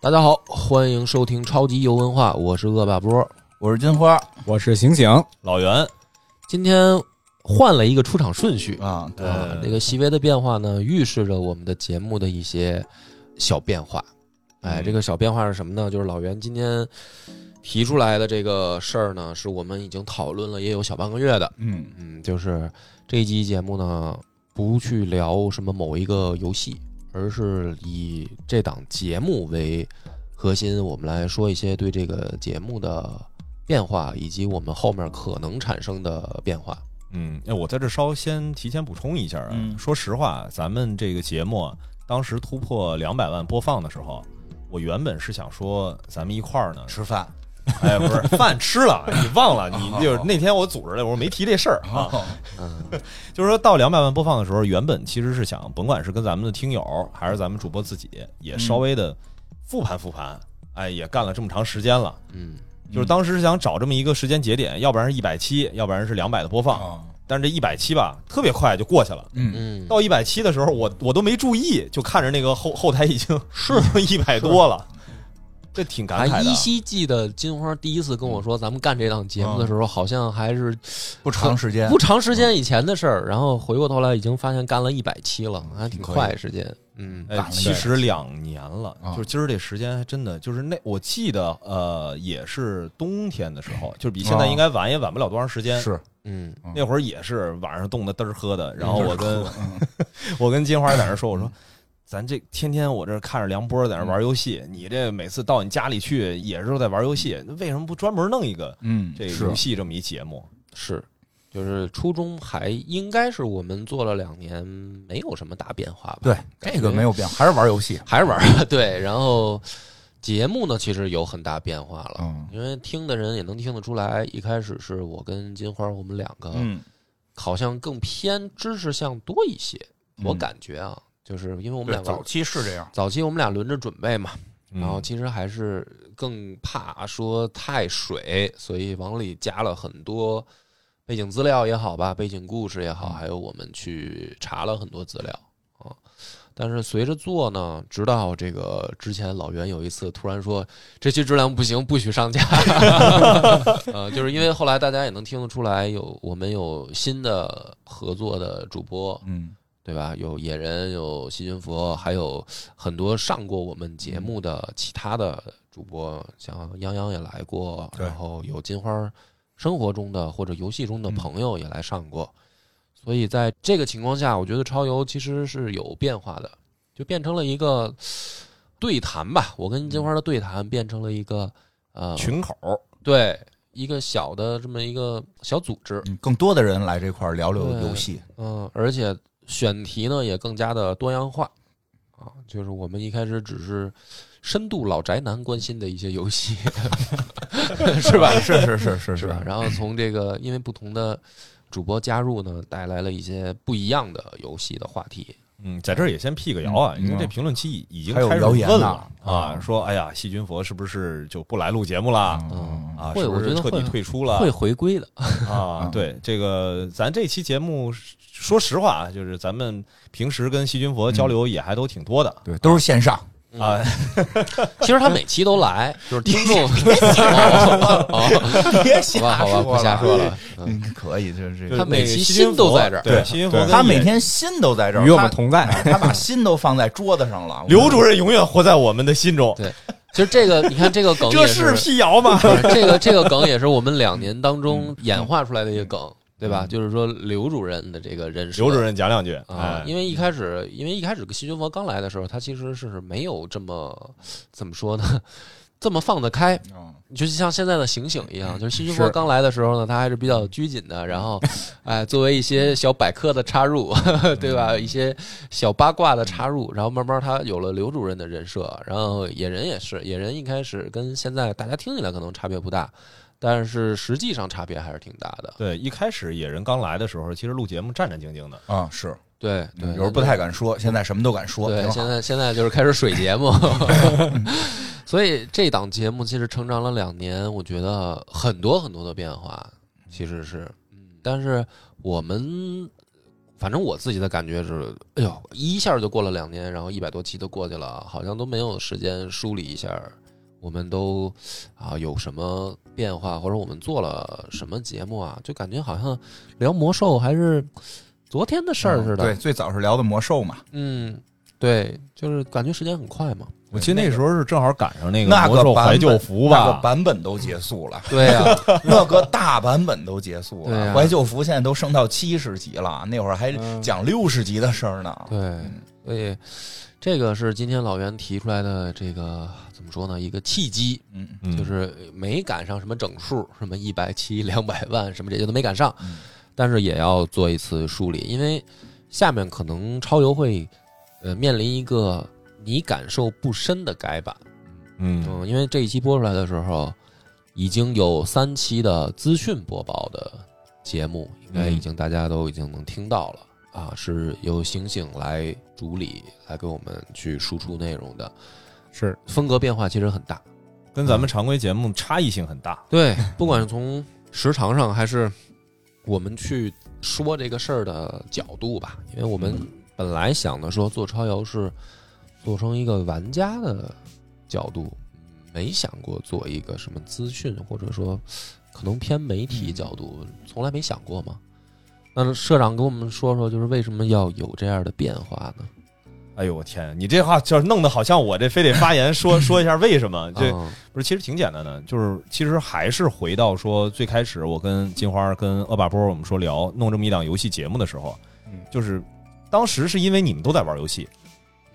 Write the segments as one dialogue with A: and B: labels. A: 大家好，欢迎收听超级游文化，我是恶霸波。
B: 我是金花
C: 我是醒醒，
D: 老袁，
A: 今天换了一个出场顺序
B: 啊，对，
A: 啊
D: 呃，
A: 那个细微的变化呢，预示着我们的节目的一些小变化。哎，
D: 嗯
A: 这个小变化是什么呢？就是老袁今天提出来的这个事儿呢，是我们已经讨论了也有小半个月的。
B: 嗯
A: 嗯，就是这一期节目呢，不去聊什么某一个游戏，而是以这档节目为核心，我们来说一些对这个节目的变化，以及我们后面可能产生的变化。
D: 嗯，哎，我在这稍先提前补充一下啊，
B: 嗯
D: 说实话，咱们这个节目啊当时突破两百万播放的时候，我原本是想说咱们一块 儿呢，
B: 吃饭
D: 哎，不是饭吃了，你忘了，你
B: 哦
D: 就是那天我组织的，我没提这事儿啊，
B: 哦，
A: 嗯，
D: 就是说到两百万播放的时候，原本其实是想，甭管是跟咱们的听友，还是咱们主播自己，也稍微的复盘复盘，哎，也干了这么长时间了，
A: 嗯，
D: 就是当时是想找这么一个时间节点，要不然是一百期，要不然是两百的播放，
B: 啊，
D: 但是这一百期吧，特别快就过去了。
B: 嗯
A: 嗯，
D: 到一百七的时候，我我都没注意，就看着那个后后台已经是一百多了，这挺感
A: 还
D: 慨
A: 依
D: 的。
A: 稀记得金花第一次跟我说咱们干这档节目的时候，好像还是
B: 不长时间
A: 不，长时间以前的事儿，然后回过头来已经发现干了一百期了，还挺快时间。嗯，
D: 哎
B: 赶，了
D: 其实两年了
B: 啊，
D: 就是今儿这时间还真的就是那，我记得呃也是冬天的时候，就是比现在
B: 啊
D: 应该晚也晚不了多长时间。
B: 是，
A: 嗯，
D: 那会儿也是晚上冻得嘚儿喝的，然后我跟
B: 嗯
D: 我跟金花在那说，我说。咱这天天我这看着梁波在那玩游戏，你这每次到你家里去也是在玩游戏，那为什么不专门弄一个
B: 嗯，
D: 这
B: 是
D: 游戏这么一节目？
A: 是，就是初中还应该是我们做了两年，没有什么大变化吧？
B: 对这个没有变，还是玩游戏，
A: 还是玩儿 对。然后节目呢，其实有很大变化了，
B: 嗯
A: 因为听的人也能听得出来，一开始是我跟金花我们两个，
B: 嗯，
A: 好像更偏知识向多一些，我感觉啊，就是因为我
B: 我
A: 们两
B: 嗯早
A: 个
B: 期是这样，
A: 早期我们俩轮着准备嘛，
D: 嗯
A: 然后其实还是更怕说太水，所以往里加了很多背景资料也好吧，背景故事也好，还有我们去查了很多资料啊。但是随着做呢，直到这个之前老袁有一次突然说这期质量不行，不许上架。 呃，就是因为后来大家也能听得出来，有我们有新的合作的主播，
B: 嗯
A: 对吧？有野人，有细菌佛，还有很多上过我们节目的其他的主播，像泱泱也来过，
B: 对
A: 然后有金花生活中的或者游戏中的朋友也来上过。所以在这个情况下，我觉得超游其实是有变化的，就变成了一个对谈吧。我跟金花的对谈变成了一个呃，
D: 群口儿，
A: 对一个小的这么一个小组织，
B: 嗯，更多的人来这块儿聊聊游戏，
A: 嗯，而且选题呢也更加的多样化啊，就是我们一开始只是深度老宅男关心的一些游戏，是吧？
B: 是是是是
A: 是 吧？然后从这个因为不同的主播加入呢，带来了一些不一样的游戏的话题。
D: 嗯，在这儿也先辟个谣啊，
B: 嗯
D: 因为这评论区已已经
B: 还有
D: 开始
B: 谣言
D: 问
B: 呢
D: 了啊，说哎呀，细菌佛是不是就不来录节目啦？
B: 嗯
D: 啊，
A: 会
D: 是不
A: 我觉
D: 是
A: 得
D: 彻底
A: 会
D: 退出了？
A: 会嗯回归的，
D: 啊，对这个，咱这期节目，说实话啊，就是咱们平时跟细菌
A: 嗯
D: 佛交流也还都挺多的
B: 对，都是线上，
D: 啊。
A: 其实他每期都来， 就是听众。 哦，
B: 别
A: 好吧，好吧，不瞎说了。嗯
B: 嗯，可以，这是
D: 就是
A: 他每
D: 那个
A: 期
D: 细
A: 心
D: 菌
A: 都
D: 佛
A: 在这儿
D: 对，
B: 对
D: 细菌佛跟
B: 他
D: 野
B: 每天心都在这儿，
C: 与我们
B: 他啊
C: 同在。
B: 他把心都放在桌子上 了，
D: 刘主任永远活在我们的心中，
A: 对，其实这个你看这个梗
D: 这
A: 也
D: 是辟谣 吗？
A: 不是这个这个梗也是我们两年当
D: 嗯
A: 中演化出来的一个梗，对吧？就是说刘主任的这个人设，
D: 刘主任讲两句
A: 啊
D: 哎，
A: 因为一开始，因为一开始西菌佛刚来的时候，他其实是没有这么怎么说呢， 这么放得开，
B: 嗯，
A: 就像现在的醒醒一样，就是新军波
B: 是
A: 刚来的时候呢，他还是比较拘谨的。然 后，哎，作为一些小百科的插入，
B: 嗯
A: 对吧？一些小八卦的插入，然后慢慢他有了刘主任的人设，然后野人也是，野人一开始跟现在大家听起来可能差别不大，但是实际上差别还是挺大的。
D: 对，一开始野人刚来的时候，其实录节目战战兢兢的，
B: 啊，是
A: 对对，
B: 有时候不太敢说，现在什么都敢说，
A: 对，
B: 挺好
A: 现在现在就是开始水节 目，所以这档节目其实成长了两年，我觉得很多很多的变化，其实是，嗯，但是我们反正我自己的感觉是，哎呦，一下就过了两年，然后一百多期都过去了，好像都没有时间梳理一下，我们都啊有什么变化，或者我们做了什么节目啊，就感觉好像聊魔兽还是昨天的事儿似的。
B: 对，，最早是聊的魔兽嘛，
A: 嗯，对，就是感觉时间很快嘛。
D: 我记得那时候是正好赶上那
B: 那个
D: 个魔兽
B: 版本
D: 怀旧服
B: 那个
D: 吧，
B: 版本都结束了，
A: 对呀、
B: 那个大版本都结束
A: 对
B: 了，
A: 啊
B: 怀旧服现在都升到七十级了，那会儿还
A: 嗯
B: 讲六十级的事儿呢。
A: 对，所以这个是今天老袁提出来的这个怎么说呢？一个契机，
B: 嗯，
D: 嗯
A: 就是没赶上什么整数，什么一百七、 两百万，什么这些都没赶上
B: 嗯，
A: 但是也要做一次梳理，因为下面可能超游会呃面临一个你感受不深的改版。
D: 嗯
A: 嗯，因为这一期播出来的时候，已经有三期的资讯播报的节目，应该已经大家都已经能听到了、啊，是由星星来主理，来给我们去输出内容的。
D: 是
A: 风格变化其实很大，
D: 跟咱们常规节目差异性很大，
A: 对，不管是从时长上还是我们去说这个事儿的角度吧，因为我们本来想的说做超游是做成一个玩家的角度，没想过做一个什么资讯或者说可能偏媒体角度，从来没想过嘛。那社长跟我们说说，就是为什么要有这样的变化呢？
D: 哎呦我天，你这话就是弄得好像我这非得发 言说说一下为什么？这
A: 嗯
D: 不是其实挺简单的，就是其实还是回到说最开始我跟金花跟恶霸波我们说聊弄这么一档游戏节目的时候
B: 嗯，
D: 就是当时是因为你们都在玩游戏，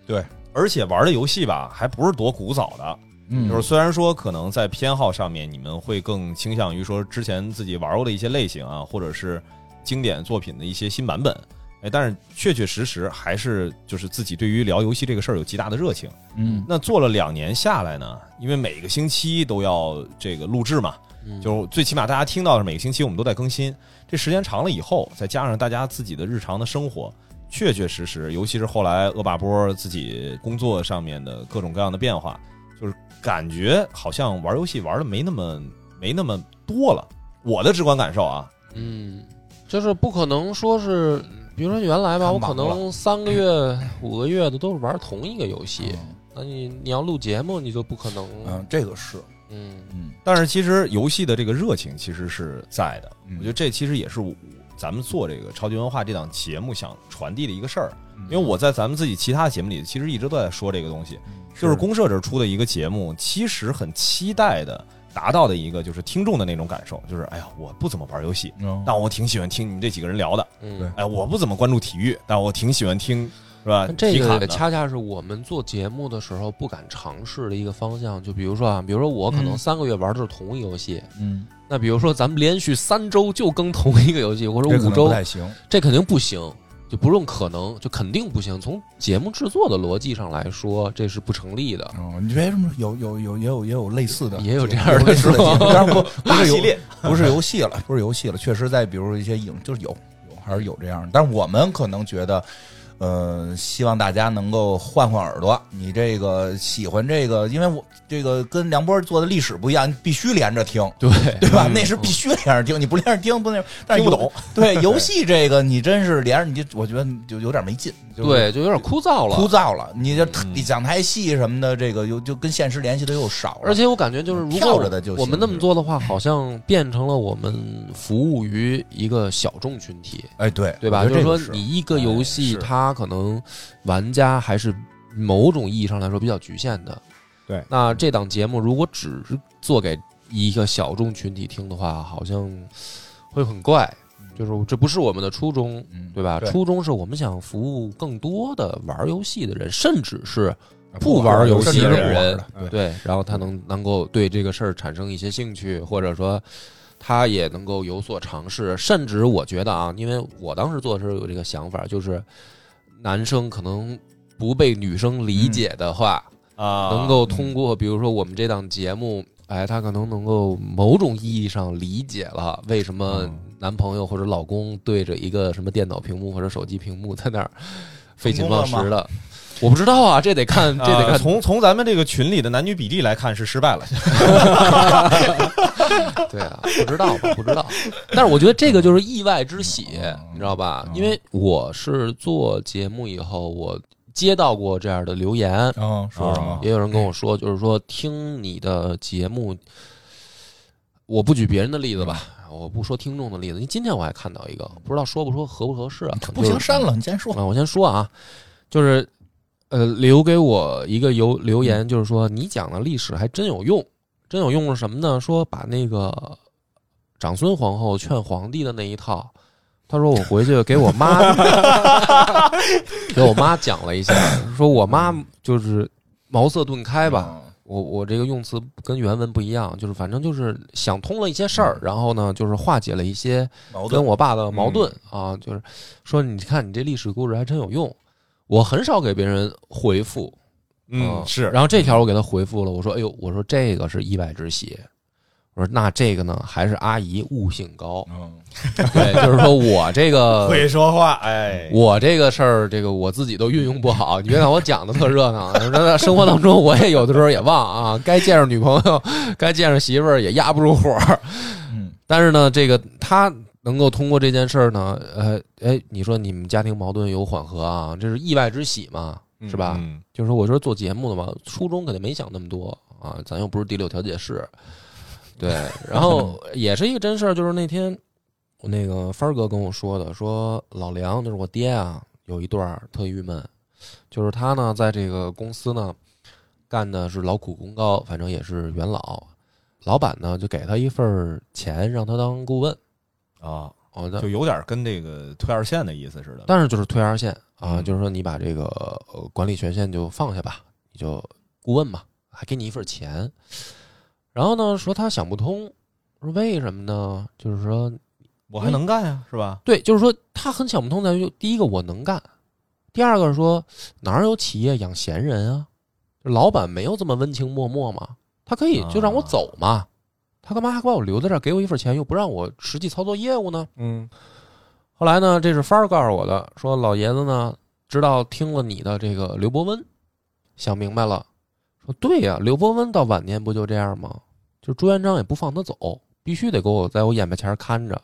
B: 对，
D: 而且玩的游戏吧还不是多古早的，
B: 嗯
D: 就是虽然说可能在偏好上面，你们会更倾向于说之前自己玩过的一些类型啊，或者是经典作品的一些新版本，哎，但是确确实实还是就是自己对于聊游戏这个事儿有极大的热情。
B: 嗯
D: 那做了两年下来呢，因为每个星期都要这个录制嘛，
A: 嗯
D: 就是最起码大家听到的每个星期我们都在更新，这时间长了以后，再加上大家自己的日常的生活，确确实实，尤其是后来恶霸波自己工作上面的各种各样的变化，就是感觉好像玩游戏玩的没那么没那么多了。我的直观感受啊，
A: 嗯，就是不可能说是，比如说原来吧，
B: 太
A: 我
B: 忙
A: 可能三个月、五个月的都是玩同一个游戏，那你你要录节目，你就不可能，
B: 嗯嗯，这个是
A: 嗯
B: 嗯
D: 但是其实游戏的这个热情其实是在的，
B: 嗯
D: 我觉得这其实也是我咱们做这个超级文化这档节目想传递的一个事儿。
B: 嗯
D: 因为我在咱们自己其他节目里，其实一直都在说这个东西，
B: 嗯
D: 就是公社这儿出的一个节目，其实很期待的达到的一个就是听众的那种感受，就是哎呀，我不怎么玩游戏，
B: 嗯
D: 但我挺喜欢听你们这几个人聊的；
A: 嗯
B: 对。
D: 哎，我不怎么关注体育，但我挺喜欢听，是吧？
A: 这
D: 体坛
A: 个
D: 的
A: 恰恰是我们做节目的时候不敢尝试的一个方向。就比如说啊，比如说我可能
B: 嗯
A: 三个月玩的是同一个游戏，
B: 嗯，
A: 那比如说咱们连续三周就更同一个游戏，或者
B: 这可能
A: 五周
B: 不，太行，
A: 这肯定不行，就不用可能，就肯定不行。从节目制作的逻辑上来说，这是不成立的。
B: 哦，你为什么有有有也有也有类似的，
A: 也有这样的
B: 类似的节目，
A: 是吧
B: 当然不不
D: 大
B: 是
D: 系
B: 游
D: 列，
B: 不是游戏了，不是游戏了，确实在比如一些影就是有有还是有这样的，但是我们可能觉得。呃，希望大家能够换换耳朵。你这个喜欢这个，因为我这个跟梁波做的历史不一样，你必须连着听，
A: 对，嗯
B: 对吧？那是必须连着听，你不连着听不那，但是
D: 听不
B: 有
D: 懂。
B: 对游戏这个，你真是连着你就，我觉得你就有点没劲，就是
A: 对，就有点枯燥了。
B: 枯燥了。你这
D: 嗯
B: 你讲台戏什么的，这个又就跟现实联系的又少了，
A: 而且我感觉就是，如
B: 嗯跳
A: 果
B: 着的就行
A: 我们那么做的话，好像变成了我们服务于一个小众群体，
B: 哎，对
A: 对吧？
B: 我觉
A: 就是
B: 得这个
A: 说
B: 是，
A: 你一个游戏
D: 哎，是
A: 它可能玩家还是某种意义上来说比较局限的。
D: 对
A: 那这档节目如果只是做给一个小众群体听的话，好像会很怪。就是这不是我们的初衷，
B: 嗯
A: 对吧？
B: 对
A: 初衷是我们想服务更多的玩游戏的人，甚至是不
B: 不玩
A: 玩
B: 游
A: 游
B: 戏
A: 戏
B: 的
A: 的
B: 人
A: 人，
B: 对
A: 对，然后他能能够对这个事儿产生一些兴趣，或者说他也能够有所尝试，甚至我觉得啊，因为我当时做的时候有这个想法，就是男生可能不被女生理解的话，
D: 啊，
B: 嗯
A: 能够通过比如说我们这档节目。哎，他可能能够某种意义上理解了为什么
D: 嗯
A: 男朋友或者老公对着一个什么电脑屏幕或者手机屏幕在那儿费
B: 成
A: 劲
B: 功了
A: 忘食
B: 吗
A: 的，我不知道啊，这得看，这得
D: 呃
A: 看。
D: 从从咱们这个群里的男女比例来看是失败 了，
A: 对啊，不知道吧，不知道。但是我觉得这个就是意外之喜，你知道吧？
B: 嗯
A: 因为我是做节目以后，我接到过这样的留言，啊
B: 嗯，说什么
A: 也有人跟我说，就是说听你的节目，我不举别人的例子吧，我不说听众的例子。因为今天我还看到一个，不知道说不说合不合适啊？
B: 不行，删了，你先说。
A: 啊，我先说啊，就是呃，留给我一个留留言，就是说你讲的历史还真有用，真有用是什么呢？说把那个长孙皇后劝皇帝的那一套，他说我回去给我妈 给我妈讲了一下，说我妈就是茅塞顿开吧，
B: 嗯
A: 我我这个用词跟原文不一样，就是反正就是想通了一些事儿，然后呢，就是化解了一些
B: 嗯？矛
A: 跟
B: 盾。，
A: 我爸的矛盾
D: 嗯
A: 啊，就是说你看你这历史故事还真有用。我很少给别人回复，啊
D: 嗯，是，
A: 然后这条我给他回复了，我说哎呦，我说这个是意外之喜。我说那这个呢，还是阿姨悟性高
B: 嗯，
A: 对，就是说我这个
D: 哦会说话，哎，
A: 我这个事儿，这个我自己都运用不好。你别看我讲的特热闹， 那生活当中我也有的时候也忘啊，该见着女朋友， 该见着媳妇儿也压不住火儿。
B: 嗯，
A: 但是呢，这个他能够通过这件事儿呢，呃，哎，你说你们家庭矛盾有缓和啊，这是意外之喜嘛，是吧？
D: 嗯
A: 就是说，我说做节目的嘛，初衷肯定没想那么多啊，咱又不是第六调解室，对。然后也是一个真事儿，就是那天我那个帆儿哥跟我说的，说老梁就是我爹啊，有一段儿特郁闷，就是他呢在这个公司呢干的是劳苦功高，反正也是元老，老板呢就给他一份儿钱让他当顾问，
D: 啊，
A: 哦，那
D: 就有点跟这个退二线的意思似的。
A: 但是就是退二线啊，
D: 嗯
A: 就是说你把这个呃管理权限就放下吧，你就顾问嘛，还给你一份钱。然后呢，说他想不通，说为什么呢？就是说，
D: 我还能干呀，是吧？
A: 对，就是说他很想不通在于，第一个我能干，第二个说哪儿有企业养闲人啊？就老板没有这么温情脉脉嘛，他可以就让我走嘛，他干嘛还把我留在这儿，给我一份钱，又不让我实际操作业务呢？
D: 嗯，
A: 后来呢，这是帆儿告诉我的，说老爷子呢，直到听了你的这个刘伯温，想明白了，说对呀、刘伯温到晚年不就这样吗？就朱元璋也不放他走，必须得给我在我眼巴前儿看着，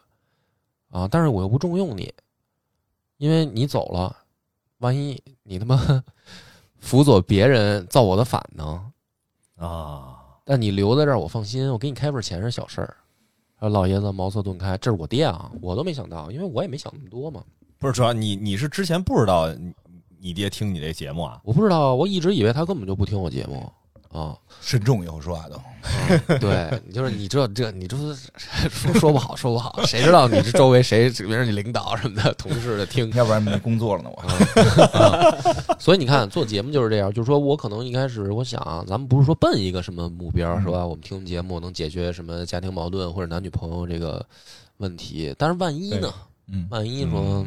A: 啊，但是我又不重用你，因为你走了，万一你他妈 辅佐别人造我的反呢？
D: 啊，
A: 但你留在这儿，我放心，我给你开份钱是小事儿。啊老爷子茅塞顿开，这是我爹啊，我都没想到，因为我也没想那么多嘛。
D: 不是，主要你你是之前不知道你你爹听你这节目啊？
A: 我不知道啊，我一直以为他根本就不听我节目啊。
B: 慎重以后说话啊都。
A: 对， 你就是你这这，你这说说不好，说不好，谁知道你这周围谁，比如说你领导什么的，同事的听。 啊
B: 要不然没工作了呢，我。
A: 所以你看，做节目就是这样，就是说我可能一开始我想，啊咱们不是说奔一个什么目标是吧？我们听节目能解决什么家庭矛盾或者男女朋友这个问题，但是万一呢？
B: 嗯，
A: 万一说，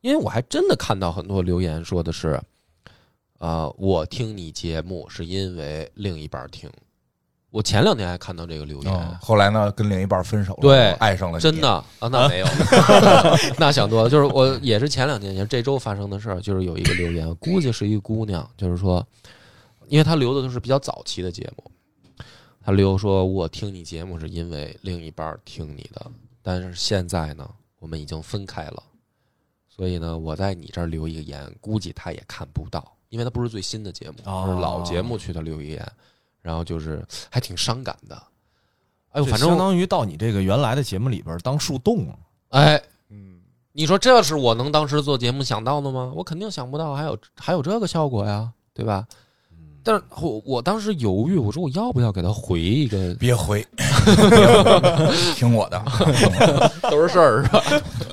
A: 因为我还真的看到很多留言说的是，啊、我听你节目是因为另一半听。我前两天还看到这个留言，
B: 哦后来呢，跟另一半分手了，
A: 对
B: 爱上了你
A: 真的啊，那没有， 那想多了。就是我也是前两天，也是这周发生的事儿，就是有一个留言，估计是一个姑娘，就是说，因为她留的都是比较早期的节目，她留说我听你节目是因为另一半儿听你的，但是现在呢，我们已经分开了，所以呢，我在你这儿留一个言，估计她也看不到，因为她不是最新的节目，
D: 哦
A: 是老节目去她留一言，然后就是还挺伤感的。哎呦，
D: 就
A: 反
D: 相
A: 正
D: 当于到你这个原来的节目里边当树洞了。
A: 哎，
D: 嗯，
A: 你说这是我能当时做节目想到的吗？我肯定想不到，还有还有这个效果呀，对吧？但是我我当时犹豫，我说我要不要给他回一个
B: 别回，别回听我的，
A: 都是事儿是吧？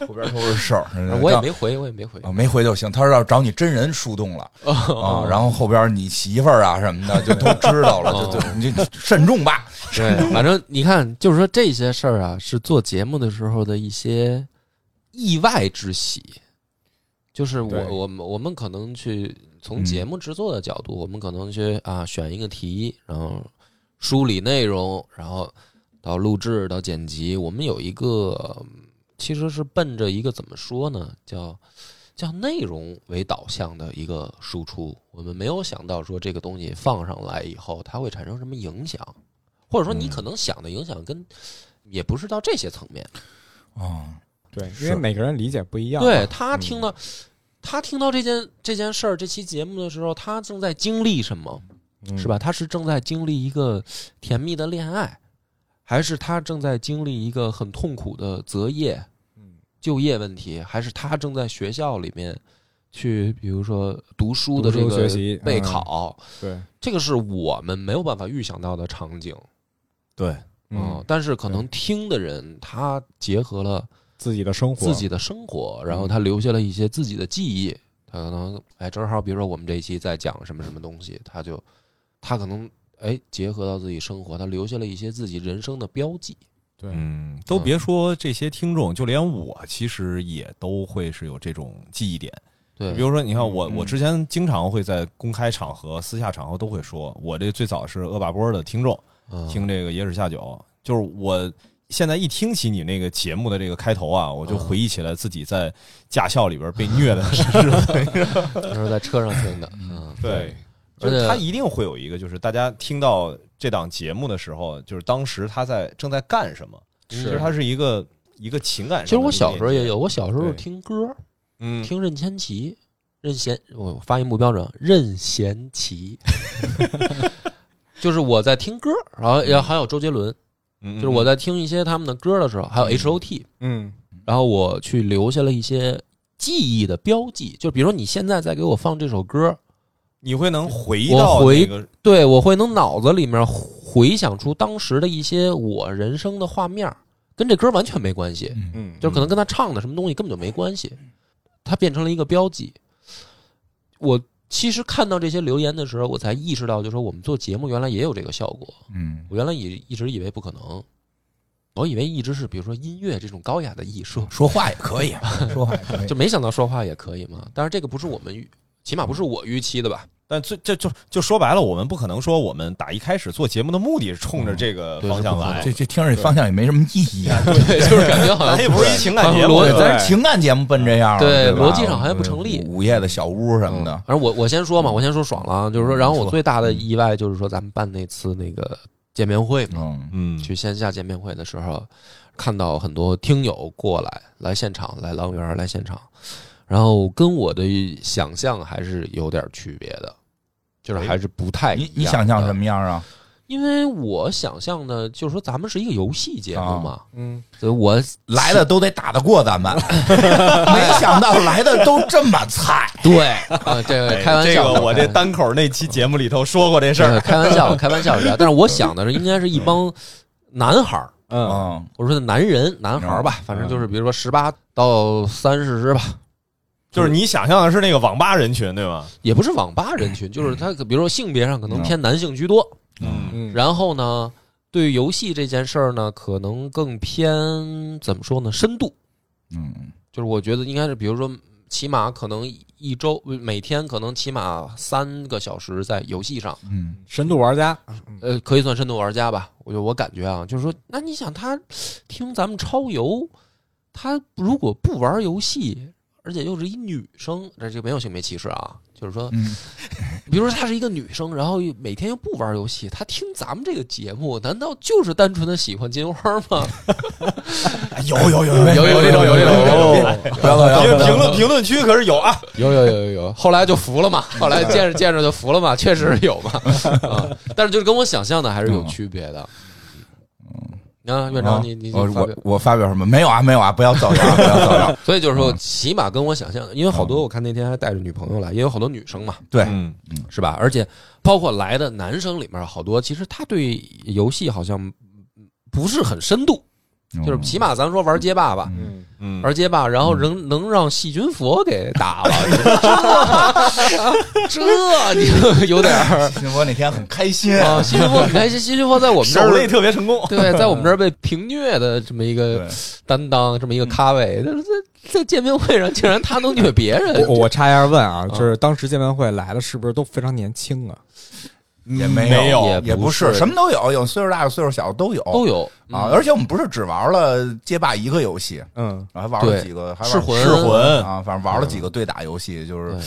B: 后边都是事儿。
A: 我也没回，我也没回。
B: 啊，没回就行。他是要找你真人树洞了
A: 哦
B: 啊，然后后边你媳妇儿啊什么的就都知道了，
A: 哦
B: 就就你就慎重吧。
A: 对，反正你看，就是说这些事儿啊，是做节目的时候的一些意外之喜。就是我
D: 对
A: 我们我们可能去从节目制作的角度，我们可能去啊选一个题，然后梳理内容，然后到录制到剪辑，我们有一个嗯其实是奔着一个怎么说呢，叫叫内容为导向的一个输出。我们没有想到说这个东西放上来以后，它会产生什么影响，或者说你
D: 嗯
A: 可能想的影响跟也不是到这些层面。
B: 啊，
C: 对，
B: 是
C: 因为每个人理解不一样嘛。嗯
A: 对他听到、他听到这件这件事儿这期节目的时候，他正在经历什么？
C: 嗯
A: 是吧？？他是正在经历一个甜蜜的恋爱，还是他正在经历一个很痛苦的择业、
C: 嗯
A: 就业问题，还是他正在学校里面去，比如说读书的
C: 读
A: 这
C: 书
A: 个
C: 学习
A: 备
C: 嗯
A: 考？
C: 对，
A: 这个是我们没有办法预想到的场景
D: 对，
A: 啊、
C: 嗯，
A: 但是可能听的人他结合了
C: 自己的生活，
A: 自己的生活，然后他留下了一些自己的记忆。他可能哎，正好比如说我们这一期在讲什么什么东西，他就他可能哎结合到自己生活，他留下了一些自己人生的标记。
C: 对，
D: 嗯，都别说这些听众，就连我其实也都会是有这种记忆点。
A: 对，
D: 比如说，你看我，
B: 嗯
D: 我之前经常会在公开场合、私下场合都会说，我这最早是恶霸波的听众，
A: 嗯
D: 听这个野史下酒，就是我现在一听起你那个节目的这个开头啊，
A: 嗯
D: 我就回忆起来自己在驾校里边被虐的日子。
A: 那是在车上听的， 嗯，
D: 对，就
A: 而
D: 是
A: 且
D: 他一定会有一个，就是大家听到这档节目的时候，就是当时他在正在干什么，其
A: 是
D: 实它是一个一个情感。
A: 其实我小时候也，有，我小时候
C: 对
A: 听歌，
D: 嗯，
A: 听任贤齐，任贤，我发音不标准，任贤齐， 就是我在听歌，然后也还有周杰伦，
D: 就
A: 就是我在听一些他们的歌的时候，还有
B: 嗯
A: H O T，
C: 嗯，
A: 然后我去留下了一些记忆的标记，就比如说你现在在给我放这首歌，
D: 你会能回
A: 我
D: 到
A: 回
D: 那个
A: 对我会能脑子里面回想出当时的一些我人生的画面，跟这歌完全没关系，
B: 嗯
C: 嗯，
A: 就可能跟他唱的什么东西根本就没关系，它变成了一个标记。我其实看到这些留言的时候，我才意识到，就说我们做节目原来也有这个效果，
B: 嗯
A: 我原来也一直以为不可能。我以为一直是比如说音乐这种高雅的艺术，
B: 说话也可以，说话也可以
A: 就，没想到说话也可以嘛。但是这个不是我们预，起码不
B: 嗯
A: 是我预期的吧？
D: 但最这就就说白了，我们不可能说我们打一开始做节目的目的是冲着这个
A: 嗯对
D: 方向 来，
B: 这这听着方向也没什么意义啊。
A: 对，就是感觉好
D: 咱
A: 像
D: 也不是一情感节目
A: 好，
B: 对，
A: 像逻
B: 咱是情感节目奔这样了，
A: 对
B: 对吧，
A: 逻辑上好像不成立
B: 午夜的小屋什么的，
A: 反正我我先说嘛，我先说爽了啊，就是说，
B: 嗯
A: 然后
B: 说
A: 我最大的意外就是说，咱们办那次那个见面会嘛，
B: 嗯
D: 嗯，
A: 去线下见面会的时候，看到很多听友过来来现场，来狼园来现场，然后跟我的想象还是有点区别的，就是还是不太
B: 哎你你想象什
A: 么？
B: 么样啊？
A: 因为我想象的就是说，咱们是一个游戏节目嘛，
C: 嗯，
A: 所以我
B: 啊来 的都得打得过咱们，没想到来的都这么菜。
A: 对啊，这个
D: 哎
A: 开玩
D: 这
A: 笑的，
D: 个我这
A: 开玩
D: 单口那期节目里头说过这事
A: 对
D: 儿，
A: 开玩笑，开玩笑一 下。但是我想的是，应该是一帮男孩儿，
C: 嗯，
B: 嗯，
A: 我说的男人、男孩儿吧，
D: 嗯
A: 反正就是比如说十八到三十吧，
D: 就是你想象的是那个网吧人群对吗？
A: 也不是网吧人群，
D: 嗯
A: 就是他比如说性别上可能偏男性居多，
B: 嗯
C: 嗯，
A: 然后呢，对于游戏这件事儿呢，可能更偏怎么说呢，深度。
B: 嗯
A: 就是我觉得应该是，比如说，起码可能一周每天可能起码三个小时在游戏上，
B: 嗯
C: 深度玩家，
A: 呃，可以算深度玩家吧。我就我感觉啊，就是说，那你想他听咱们超游，他如果不玩游戏，而且又是一女生，这就没有性别歧视啊。就是说，
B: 嗯，
A: 比如说她是一个女生，然后又每天又不玩游戏，她听咱们这个节目，难道就是单纯的喜欢金花吗？
B: 有有有有
A: 有这种，有这种，有这种。
B: 不要不要
D: 因为评论评论区可是有啊，
A: 有有有有有，后来就服了嘛，后来见着见着就服了嘛，确实是有嘛，啊，但是就是跟我想象的还是有区别的。嗯，啊，院长，你你
B: 我
A: 发
B: 我
A: 表，
B: 我发表什么？没有啊，没有啊，不要走样，不要走样。
A: 所以就是说，起码跟我想象的，因为好多我看那天还带着女朋友来，也有好多女生嘛，
B: 对，
D: 嗯，
A: 是吧？而且包括来的男生里面，好多其实他对游戏好像不是很深度，
B: 嗯
A: 就是起码咱说玩街霸吧，
C: 嗯，
D: 嗯，
A: 玩街霸，然后能能让细菌佛给打了，这这你就有点儿。
B: 新佛那天很开心
A: 啊，西西弗，你看西西弗在我们这
D: 手累
A: 儿，
D: 特别成功，
A: 对，在我们这儿被平虐的这么一个
B: 对
A: 担当，这么一个咖位，但是在在见面会上竟然他能虐别人，嗯
C: 我我插一下问啊，就是当时见面会来的是不是都非常年轻啊？
B: 也没
D: 没有
A: 也
B: 也不
A: 是
B: 什么都有，有岁数大的、岁数小的都有
A: 都有
B: 啊。
A: 嗯
B: 而且我们不是只玩了街霸一个游戏，
C: 嗯，
B: 啊还玩了
A: 对
B: 几个，还
A: 噬
B: 玩
A: 魂
D: 噬魂嗯
B: 啊，反正玩了几个对打游戏，就是
A: 对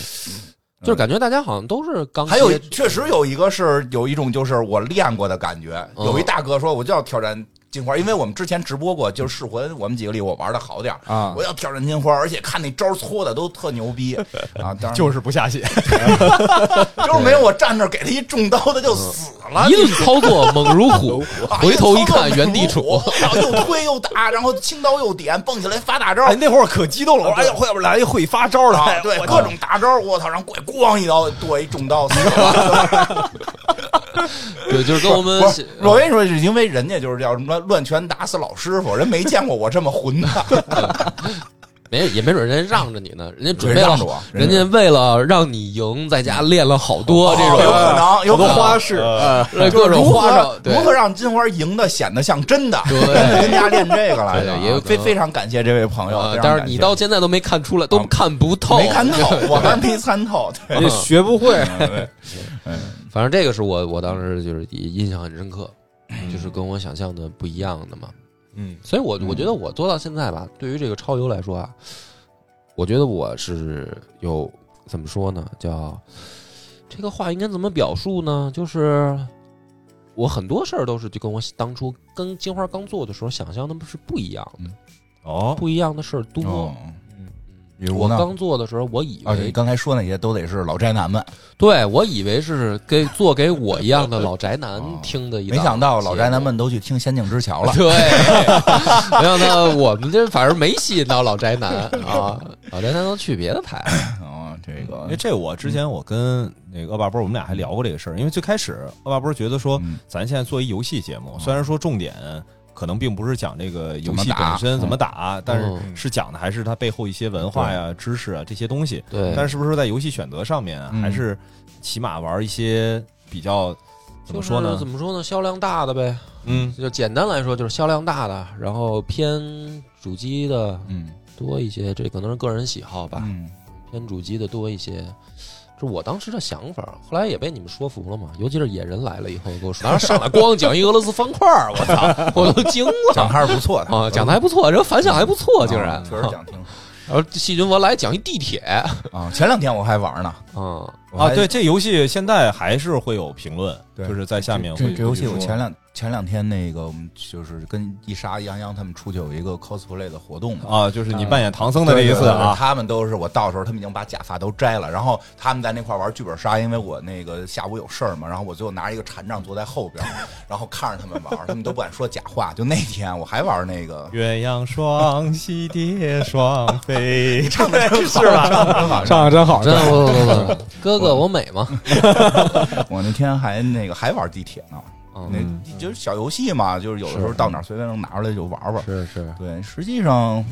A: 就是感觉大家好像都是刚
B: 还有
A: 接
B: 确实有一个是有一种就是我练过的感觉，
A: 嗯
B: 有一大哥说我就要挑战金花，因为我们之前直播过，就是噬魂，我们几个里我玩的好点儿
C: 啊
B: 我要挑战金花，而且看那招搓的都特牛逼啊！当然
D: 就是不下血，
B: 就是没有我站那儿给他一中刀，他就死 了。
A: 一力操 作猛如虎，
B: 啊
A: 回头一看
B: 操作
A: 原地
B: 猛如
A: 杵。
B: 虎然后又推又打，然后轻刀又点，蹦起来发大招，
D: 哎，那会儿可激动了，我说哎呀，会不来一会发招了，
B: 啊
D: 哎，
B: 对
D: 我
B: 各种大招，我操，然后鬼咣一刀剁一中刀，死了。
A: 对，就是跟我们
B: 不是，我跟你说，是因为人家就是叫什么乱拳打死老师傅，人没见过我这么混的，
A: 没也没准人家让着你呢，人家准备
B: 人
A: 了
B: 哦让着我，
A: 人家为了让你赢，在家练了好多这
B: 有
A: 种
B: 可能，有可能
C: 花式，
D: 呃
A: 呃各种
B: 如
A: 花
B: 何
A: 招，对
B: 如何让金花赢的显得像真的？
A: 对
B: 人家练这个来着啊，
A: 对也有可
B: 非
A: 能
B: 非常感谢这位朋友
A: 啊，
B: 非常
A: 但是
B: 感
A: 你
B: 谢
A: 到现在都没看出来，都看不透，
B: 没看透，我还没参透。对
A: 嗯
C: 你哎学不会，
B: 对
A: 反正这个是我我当时就是印象很深刻，就是跟我想象的不一样的嘛。
D: 嗯，
A: 所以我我觉得我做到现在吧，对于这个超游来说啊，我觉得我是有怎么说呢，叫这个话应该怎么表述呢？就是我很多事儿都是就跟我当初跟金花刚做的时候想象的是不一样的，
D: 哦，
A: 不一样的事儿多。
B: 哦比
A: 我
B: 如呢？
A: 刚做的时候，我以
B: 啊，
A: 为
B: 你刚才说那些都得是老宅男们，
A: 对，我以为是给做给我一样的老宅男
B: 哦
A: 听的一档
B: 没
A: 节目，
B: 想到老宅男们都去听《仙境之桥》了。
A: 对， 没想到我们这反正没吸引到老宅男啊，老宅男都去别的台了。
B: 哦，这
D: 因
B: 个
D: 为哎这我之前我跟那个恶霸波，我们俩还聊过这个事儿。因为最开始恶霸波觉得说
B: 嗯，
D: 咱现在做一游戏节目，虽然说重点可能并不是讲这个游
B: 怎
D: 戏
B: 么打
D: 本身怎么打，哦但
A: 嗯
D: 是是讲的还是它背后一些文化呀、知识啊这些东西。
A: 对，
D: 但是不是在游戏选择上面啊，
B: 嗯
D: 还是起码玩一些比较怎么说
A: 就是
D: 呢
A: 啊怎？么说呢？销量大的呗，
D: 嗯，
A: 就简单来说就是销量大的，然后偏主机的
B: 嗯
A: 多一些，这可能是个人喜好吧，
B: 嗯，
A: 偏主机的多一些。这是我当时的想法，后来也被你们说服了嘛。尤其是野人来了以后，给我说，当时上来光讲一俄罗斯方块儿，我操，我都惊
B: 讲
A: 了
B: 还是不错的
A: 啊！讲的还不错，这反响还不错，哦竟然
B: 啊。确实讲挺好
A: 然后细菌佛来讲一地铁，
B: 啊。前两天我还玩呢，
A: 嗯，
B: 我
D: 啊，
B: 还
D: 对，这游戏现在还是会有评论，
B: 对
D: 就是在下面
B: 这
D: 会
B: 这游戏，我
D: 会说
B: 前两前两天那个，我们就是跟一莎、杨洋他们出去有一个 cosplay 的活动嘛。
D: 啊，就是你扮演唐僧的那一
B: 对对
D: 次
B: 对
D: 啊，
B: 他们都是我到时候，他们已经把假发都摘了，然后他们在那块玩剧本杀，因为我那个下午有事儿嘛，然后我最后拿一个禅杖坐在后 边，然后看着他们玩，他们都不敢说假话。就那天我还玩那 个，
D: 鸳鸯双栖蝶双飞，
B: 唱的是吧？
C: 上的真好，
A: 真
C: 真
A: 的
C: 好
A: 不不不不，哥哥我美吗？
B: 我那天还那个还玩地铁呢，那
A: 嗯，
B: 就是小游戏嘛，就是有的时候
A: 是
B: 到哪儿随便能拿出来就玩玩。
A: 是是，
B: 对，实际上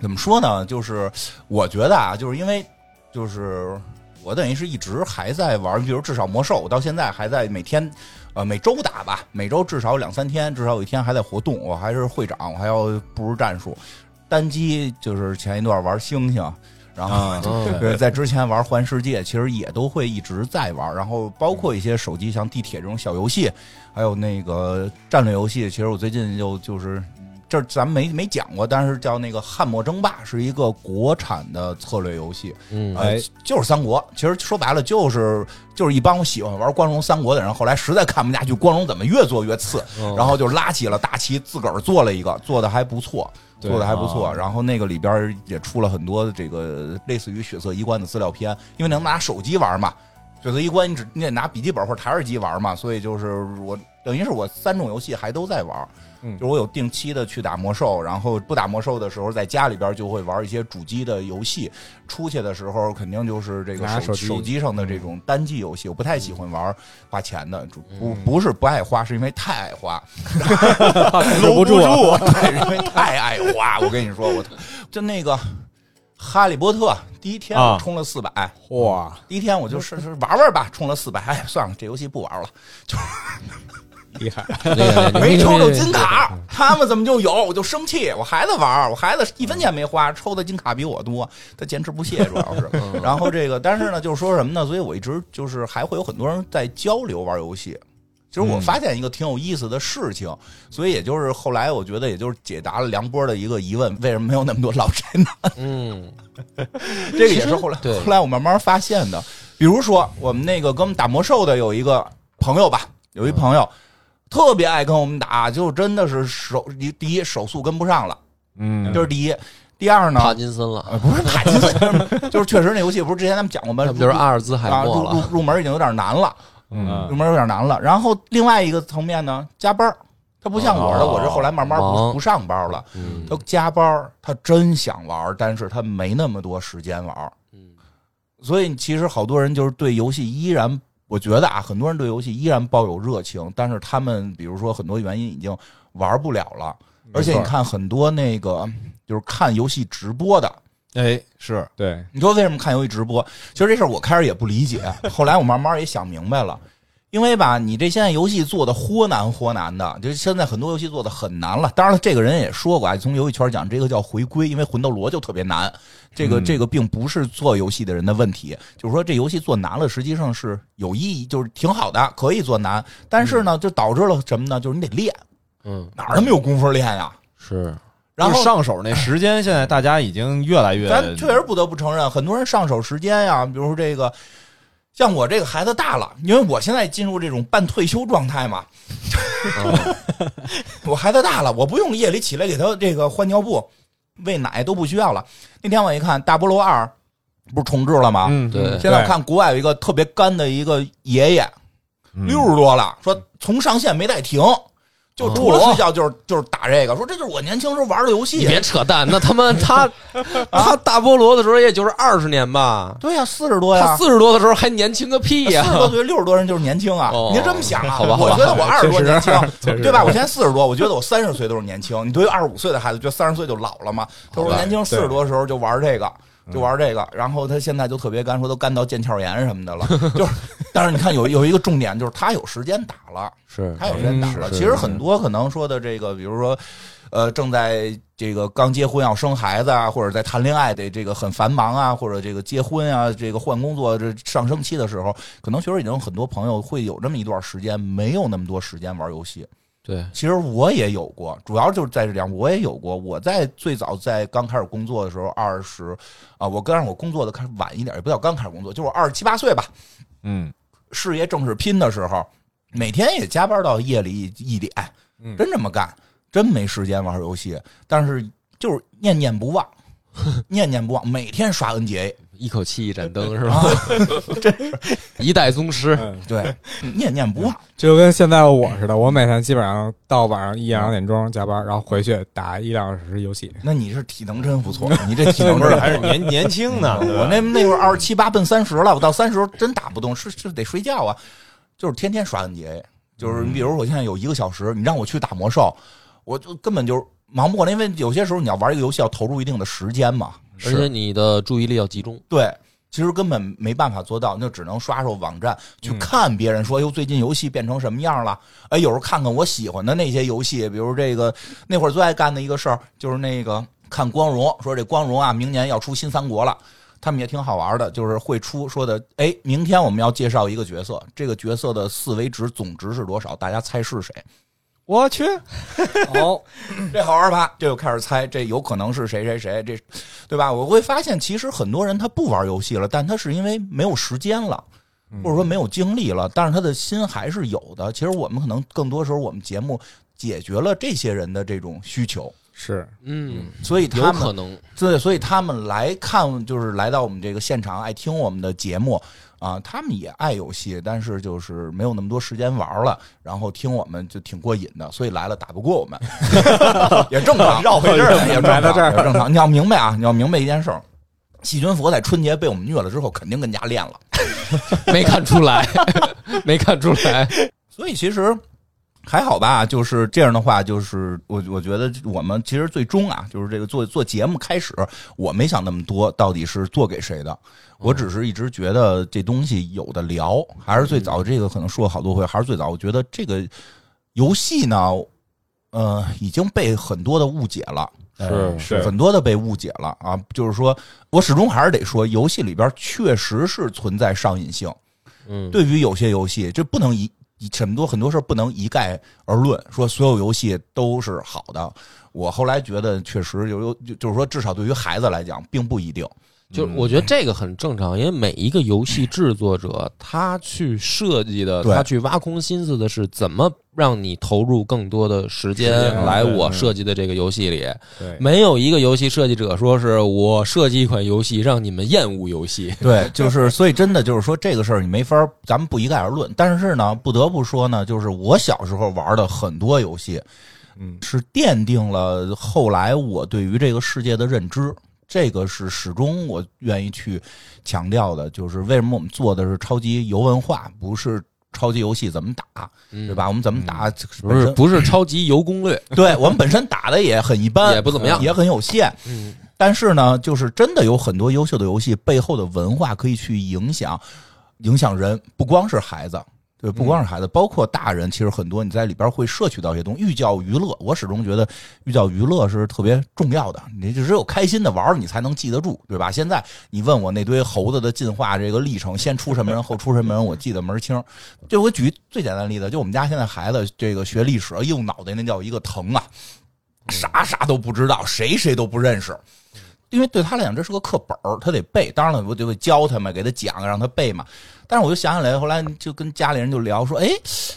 B: 怎么说呢？就是我觉得啊，就是因为就是我等于是一直还在玩，比如至少魔兽，我到现在还在每天呃每周打吧，每周至少两三天，至少有一天还在活动，我还是会长，我还要布置战术。单机就是前一段玩星星，然后、
D: 啊
A: 嗯
B: 对，在之前玩环世界，其实也都会一直在玩，然后包括一些手机像地铁这种小游戏，还有那个战略游戏，其实我最近又就是。这儿咱没没讲过，但是叫那个《汉末争霸》是一个国产的策略游戏，
A: 嗯
B: 呃，就是三国。其实说白了，就是就是一帮我喜欢玩光荣三国的人，后来实在看不下去光荣怎么越做越次，
C: 哦
A: 嗯
B: 然后就拉起了大旗，自个儿做了一个，做的还不错，
C: 对哦
B: 做的还不错。
D: 啊
B: 然后那个里边儿也出了很多这个类似于血色衣冠的资料片，因为能拿手机玩嘛，血色衣冠你只你得拿笔记本或者台式机玩嘛，所以就是我等于是我三种游戏还都在玩。
C: 嗯
B: 就是我有定期的去打魔兽，然后不打魔兽的时候，在家里边就会玩一些主机的游戏。出去的时候，肯定就是这个
C: 拿
B: 手
C: 手机嗯
B: 手机上的这种单机游戏，我不太喜欢玩花钱的，主不不是不爱花，是因为太爱花。
C: 搂不住啊，
B: 对，因为太爱花。我跟你说，我就那个《哈利波特》第一天我
D: 啊
B: 充了四百、
C: 哇，
B: 第一天我就是是玩玩吧，充了四百，哎，算了，这游戏不玩了，
C: 厉害，
A: 那个
B: 没抽着金卡，他们怎么就有？我就生气，我孩子玩儿，我孩子一分钱没花，抽的金卡比我多，他坚持不懈，主要是。然后这个，但是呢，就是说什么呢？所以我一直就是还会有很多人在交流玩游戏。其实我发现一个挺有意思的事情，所以也就是后来我觉得，也就是解答了梁波的一个疑问：为什么没有那么多老宅男？
A: 嗯，
B: 这个也是后来
A: 其实对
B: 后来我慢慢发现的。比如说，我们那个跟我们打魔兽的有一个朋友吧，有一朋友、特别爱跟我们打，就真的是手第一手速跟不上了，
D: 嗯
B: 这、是第一。第二呢，
A: 帕金森了，
B: 呃不是帕金森，就是 确实那游戏不是之前咱们讲过吗？
A: 那不就是阿尔兹海
B: 啊
A: 默
B: 入入
A: 了？
B: 入门已经有点难了，
D: 嗯
B: 入门有点难了。然后另外一个层面呢，加班儿他不像我的，
D: 哦
B: 我是后来慢慢不
A: 忙
B: 不上班了。
A: 嗯
B: 他加班儿他真想玩儿，但是他没那么多时间玩儿。
A: 嗯
B: 所以其实好多人就是对游戏依然，我觉得啊，很多人对游戏依然抱有热情，但是他们比如说很多原因已经玩不了了，而且你看很多那个就是看游戏直播的。
D: 哎是
C: 对，
B: 你说为什么看游戏直播？其实这事儿我开始也不理解，后来我慢慢也想明白了。因为吧，你这现在游戏做的豁难豁难的，就是现在很多游戏做的很难了。当然了，这个人也说过啊，从游戏圈讲，这个叫回归，因为魂斗罗就特别难。这个
D: 嗯
B: 这个并不是做游戏的人的问题，就是说这游戏做难了，实际上是有意义，就是挺好的，可以做难。但是呢，就导致了什么呢？就是你得练，
A: 嗯，
B: 哪儿那么有功夫练呀、
A: 是
B: 然后
D: 就上手那时间，现在大家已经越来越
B: 咱确实不得不承认，很多人上手时间呀、比如说这个，像我这个孩子大了，因为我现在进入这种半退休状态嘛， 我孩子大了，我不用夜里起来给他这个换尿布、喂奶都不需要了。那天我一看《大菠萝二》，不是重置了吗？
D: 嗯
A: 对
B: 现在我看国外有一个特别干的一个爷爷，
A: 嗯
B: 六十多了，说从上线没带停。就
A: 哦
B: 除了睡觉就是就是打这个，说这就是我年轻时候玩的游戏。
A: 你别扯淡，那他 妈他他大菠萝的时候也就是二十年吧，
B: 对呀、四十多呀，
A: 他四十多的时候还年轻个屁
B: 四
A: 呀！
B: 十多岁、六十多人就是年轻啊！
A: 啊哦
B: 你这么想啊？
A: 好吧好
B: 我
A: 吧
B: 觉得我二十多年轻，
C: 确实
B: 对吧？我现在四十多，我觉得我三十岁都是年轻。你对于二十五岁的孩子，觉得三十岁就老了吗？他说
A: 好吧嗯
B: 年轻四十多的时候就玩这个。就玩这个，然后他现在就特别干，说都干到腱鞘炎什么的了。就是，但是你看有有一个重点，就是他有时间打了，
A: 是
B: 他有时间打了。
A: 嗯是
B: 其实很多可能说的这个，比如说，呃，正在这个刚结婚要生孩子啊，或者在谈恋爱的这个很繁忙啊，或者这个结婚啊，这个换工作这上升期的时候，可能确实已经有很多朋友会有这么一段时间没有那么多时间玩游戏。
A: 对，
B: 其实我也有过，主要就是在这点我也有过。我在最早在刚开始工作的时候，二十啊，我刚让我工作的开始晚一点，也不叫刚开始工作，就是二十七八岁吧，
D: 嗯
B: 事业正是拼的时候，每天也加班到夜里一点，
D: 嗯
B: 真这么干，真没时间玩游戏，但是就是念念不忘， 念念不忘，每天刷 NBA，
A: 一口气一盏灯是
B: 啊
A: 吧？一代宗师，
C: 嗯，
B: 对，念念不忘，
C: 就跟现在我似的，我每天基本上到晚上一两点钟加班，然后回去打一两个小时游戏。
B: 那你是体能真不 错，你这体能
D: 不是
B: 真
D: 还是年 年轻呢，对吧
B: 我那那会儿二十七八奔三十了，我到三十真打不动，是是得睡觉啊，就是天天刷 NBA，就是
D: 嗯
B: 你比如我现在有一个小时，你让我去打魔兽，我就根本就是忙不过来，因为有些时候你要玩一个游戏要投入一定的时间嘛，
A: 而且你的注意力要集中。
B: 对。其实根本没办法做到，那只能刷刷网站去
C: 嗯
B: 看别人说，哟，最近游戏变成什么样了？哎，有时候看看我喜欢的那些游戏，比如这个那会儿最爱干的一个事儿就是那个看光荣，说这光荣啊，明年要出新三国了。他们也挺好玩的，就是会出说的，哎，明天我们要介绍一个角色，这个角色的四维值总值是多少？大家猜是谁？
C: 我去，哦，
B: 这好玩吧？这就开始猜，这有可能是谁谁谁，这对吧？我会发现，其实很多人他不玩游戏了，但他是因为没有时间了，或者说没有精力了，但是他的心还是有的。其实我们可能更多时候，我们节目解决了这些人的这种需求，
C: 是
A: 嗯，
B: 所以他
A: 有
B: 们
A: 可能
B: 对，所以他们来看，就是来到我们这个现场，爱听我们的节目啊，他们也爱游戏，但是就是没有那么多时间玩了，然后听我们就挺过瘾的，所以来了打不过 我们，也正常，绕回这儿也正常，
C: 来到这儿
B: 也正常。你要明白啊，你要明白一件事儿。细菌佛在春节被我们虐了之后，肯定跟家练了。
A: 没看出来， 没看出来。
B: 所以其实还好吧，就是这样的话，就是我我觉得我们其实最终啊，就是这个做做节目开始，我没想那么多，到底是做给谁的。我只是一直觉得这东西有的聊，还是最早这个可能说了好多回，还是最早我觉得这个游戏呢，呃，已经被很多的误解了，
C: 呃
D: 是
B: 是很多的被误解了啊。就是说我始终还是得说，游戏里边确实是存在上瘾性。
A: 嗯，
B: 对于有些游戏，这不能一一很多很多事儿不能一概而论，说所有游戏都是好的。我后来觉得，确实有有就就是说，至少对于孩子来讲，并不一定。
A: 就是我觉得这个很正常，因为每一个游戏制作者他去设计的，
B: 对
A: 他去挖空心思的是怎么让你投入更多的时间
C: 时间
A: 来
C: 对
A: 我
C: 嗯
A: 设计的这个游戏里。
C: 对，
A: 没有一个游戏设计者说是我设计一款游戏让你们厌恶游戏。
B: 对，就是所以真的就是说这个事儿你没法儿，咱们不一概而论。但是呢，不得不说呢，就是我小时候玩的很多游戏，
C: 嗯，
B: 是奠定了后来我对于这个世界的认知。这个是始终我愿意去强调的，就是为什么我们做的是超级游文化，不是超级游戏怎么打，
A: 嗯
B: 对吧？我们怎么打，
A: 不
B: 本
A: 是
B: 身
A: 不是超级游攻略，
B: 对我们本身打的也很一般，
A: 也不怎么样
B: 也很有限。
A: 嗯，
B: 但是呢，就是真的有很多优秀的游戏背后的文化可以去影响影响人，不光是孩子。对，
A: 嗯
B: 不光是孩子，包括大人，其实很多你在里边会摄取到一些东西。寓教于乐，我始终觉得寓教于乐是特别重要的。你只有开心的玩儿，你才能记得住，对吧？现在你问我那堆猴子的进化这个历程，先出什么人，后出什么人，我记得门儿清。就我举最简单的例子，就我们家现在孩子这个学历史，哎呦脑袋那叫一个疼啊，啥啥都不知道，谁谁都不认识。因为对他来讲，这是个课本儿，他得背。当然了，我就会教他嘛，给他讲，让他背嘛。但是我就想起来，后来就跟家里人就聊说，哎，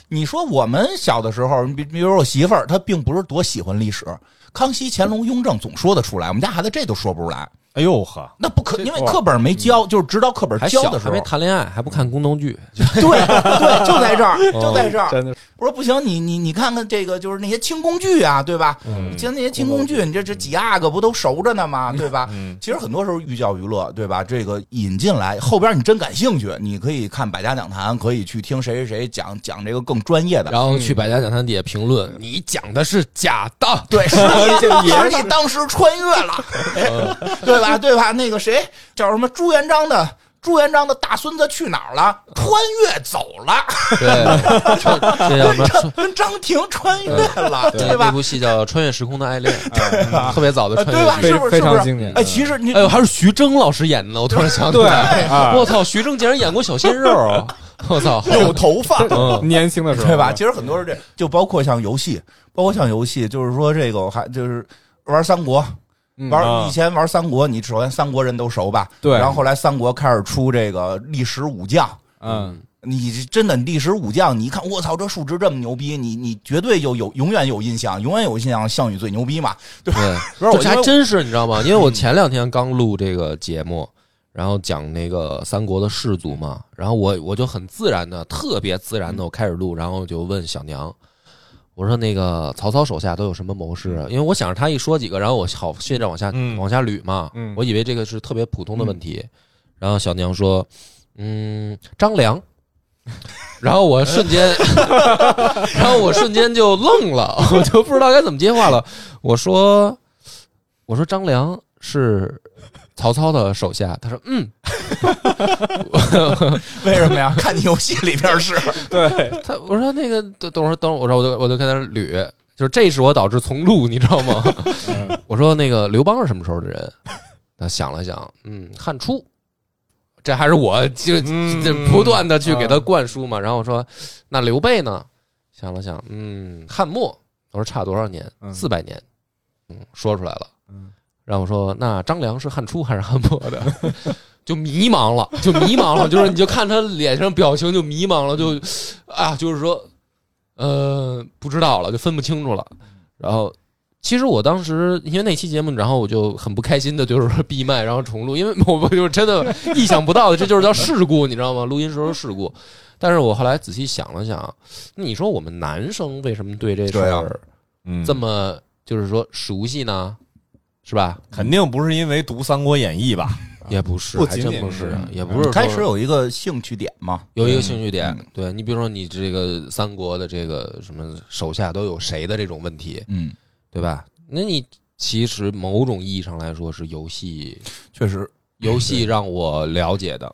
B: 你说我们小的时候，你比比如我媳妇儿，她并不是多喜欢历史，康熙、乾隆、雍正总说得出来，我们家孩子这都说不出来。
D: 哎呦呵，
B: 那不可，
D: 这
B: 因为课本没教，就是直到课本
A: 还
B: 教
A: 小
B: 的时
A: 还
B: 候
A: 没，谈恋爱，还不看宫斗剧，
B: 对对，就在这儿，就 在这儿。
C: 真的是
B: 我说不行，你你你看看这个，就是那些清宫剧啊，对吧？
D: 嗯
B: 像那些清宫剧，你这这几阿哥不都熟着呢吗？对吧？
D: 嗯
B: 其实很多时候寓教于乐，对吧？这个引进来，后边你真感兴趣，你可以看百家讲坛，可以去听谁谁谁讲讲这个更专业的。
A: 然后去百家讲坛底下评论，你讲的是假的，
B: 对，是 你，是你当时穿越了， 对吧？对吧？那个谁叫什么朱元璋的？朱元璋的大孙子去哪儿了？穿越走了，
A: 对，这叫什么？
B: 跟张庭穿越了，对
A: 那
B: 吧？啊
A: 部戏叫《穿越时空的爱恋》，特别早的穿
B: 对吧？
A: 越剧。
B: 是不是？
C: 非
B: 是不
C: 常
B: 是
C: 经典？
B: 哎，其实你
A: 哎呦，还是徐峥老师演的，我突然想起来，
C: 啊，
A: 我操，徐峥竟然演过小鲜肉啊！我操，好
B: 有头发，
C: 嗯 年轻的时候，啊
B: 对吧？？其实很多是这，就包括像游戏，包括像游戏，就是说这个我还就是玩三国，
C: 嗯
B: 玩
D: 啊
B: 以前玩三国，你首先三国人都熟吧？
C: 对
B: 然后后来三国开始出这个历史武将。
C: 嗯，
B: 你真的历史武将，你一看我操，这数值这么牛逼，你你绝对就有永远有印象，永远有印象，项羽最牛逼嘛，对吧？
A: 对，
B: 不是我
A: 这
B: 因为嗯
A: 还真是你知道吗？因为我前两天刚录这个节目，然后讲那个三国的氏族嘛，然后我我就很自然的，特别自然的，我开始录，然后就问小娘。我说那个曹操手下都有什么谋士啊？因为我想着他一说几个，然后我好接着往下、
D: 嗯
A: 往下捋嘛。
C: 嗯
A: 我以为这个是特别普通的问题，然后小娘说：“嗯，张良。” 然后我瞬间， 然后我瞬间就愣了， 我就不知道该怎么接话了。我说：“我说张良是曹操的手下。”他说：“嗯。
B: 为什么呀？ 看你游戏里边是，
C: 对，
A: 他”我说：“那个等等会儿等会儿，我说我就我就跟他捋，就是这是我导致重录，你知道吗？我说那个刘邦是什么时候的人？他想了想，嗯，汉初。这还是我就
D: 嗯
A: 这不断的去给他灌输嘛。然后我说，那刘备呢？想了想，嗯，汉末。我说差多少年？
C: 嗯
A: 四百年。嗯，说出来了。
C: 嗯
A: 然后我说，那张良是汉初还是汉末的？ 就迷茫了，就迷茫了，就是你就看他脸上表情就迷茫了，就啊，就是说，呃，不知道了，就分不清楚了。然后其实我当时因为那期节目，然后我就很不开心的，就是说闭麦然后重录，因为我我就真的意想不到的，这就是叫事故，你知道吗？录音时候事故。但是我后来仔细想了想，你说我们男生为什么对这事
B: 对啊
A: 儿
D: 嗯
A: 这么就是说熟悉呢？是吧？
D: 肯定不是因为读《三国演义》吧？
A: 也不是，
C: 不
A: 还
C: 仅
A: 真
C: 仅
A: 不
C: 是
A: 是，也不是
B: 嗯开
A: 说
B: 始有一个兴趣点嘛，
A: 有一个兴趣点。对你比如说，你这个三国的这个什么手下都有谁的这种问题，
B: 嗯，
A: 对吧？那你其实某种意义上来说是游戏
B: 确实
A: 游戏让我了解的，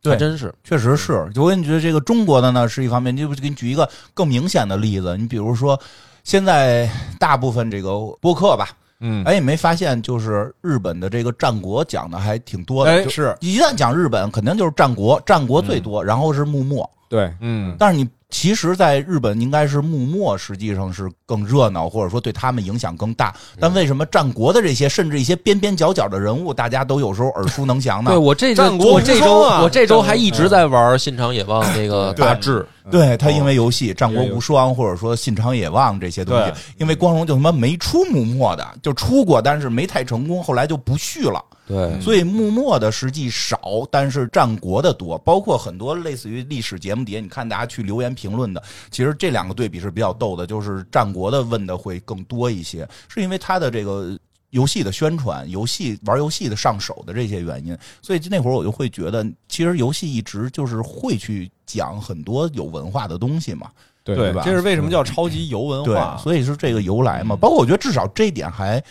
B: 对
A: 还真是，
B: 确实是，就我跟你觉得这个中国的呢是一方面，你就给你举一个更明显的例子，你比如说现在大部分这个播客吧，
D: 嗯，，
B: 哎，你没发现就是日本的这个战国讲的还挺多
C: 哎
B: 的，就是一旦讲日本，肯定就是战国，战国最多，然后是幕末。
C: 对，
D: 嗯，
B: 但是你其实，在日本应该是幕末，实际上是更热闹，或者说对他们影响更大。但为什么战国的这些，甚至一些边边角角的人物，大家都有时候耳熟能详呢
A: 对？我这
D: 战国
A: 我这
D: 无
A: 周
D: 双啊
A: 我这周还
C: 战国
A: 一直在玩《信长野望》那个
B: 对
A: 大志，
B: 嗯对他因为游戏《战国无双》或者说《信长野望》这些东西
D: 对，
B: 因为光荣就他妈没出幕末的，就出过，但是没太成功，后来就不续了。
A: 对
B: 所以幕末的实际少，但是战国的多，包括很多类似于历史节目底下，你看大家去留言评论的，其实这两个对比是比较逗的，就是战国的问的会更多一些，是因为它的这个。游戏的宣传，游戏玩游戏的上手的这些原因，所以那会儿我就会觉得，其实游戏一直就是会去讲很多有文化的东西嘛，
C: 对
D: 对嗯
B: 吧
D: 这是为什么叫超级游文
B: 对啊
D: 化？，啊
B: 所以是这个由来嘛。包括我觉得至少这一点还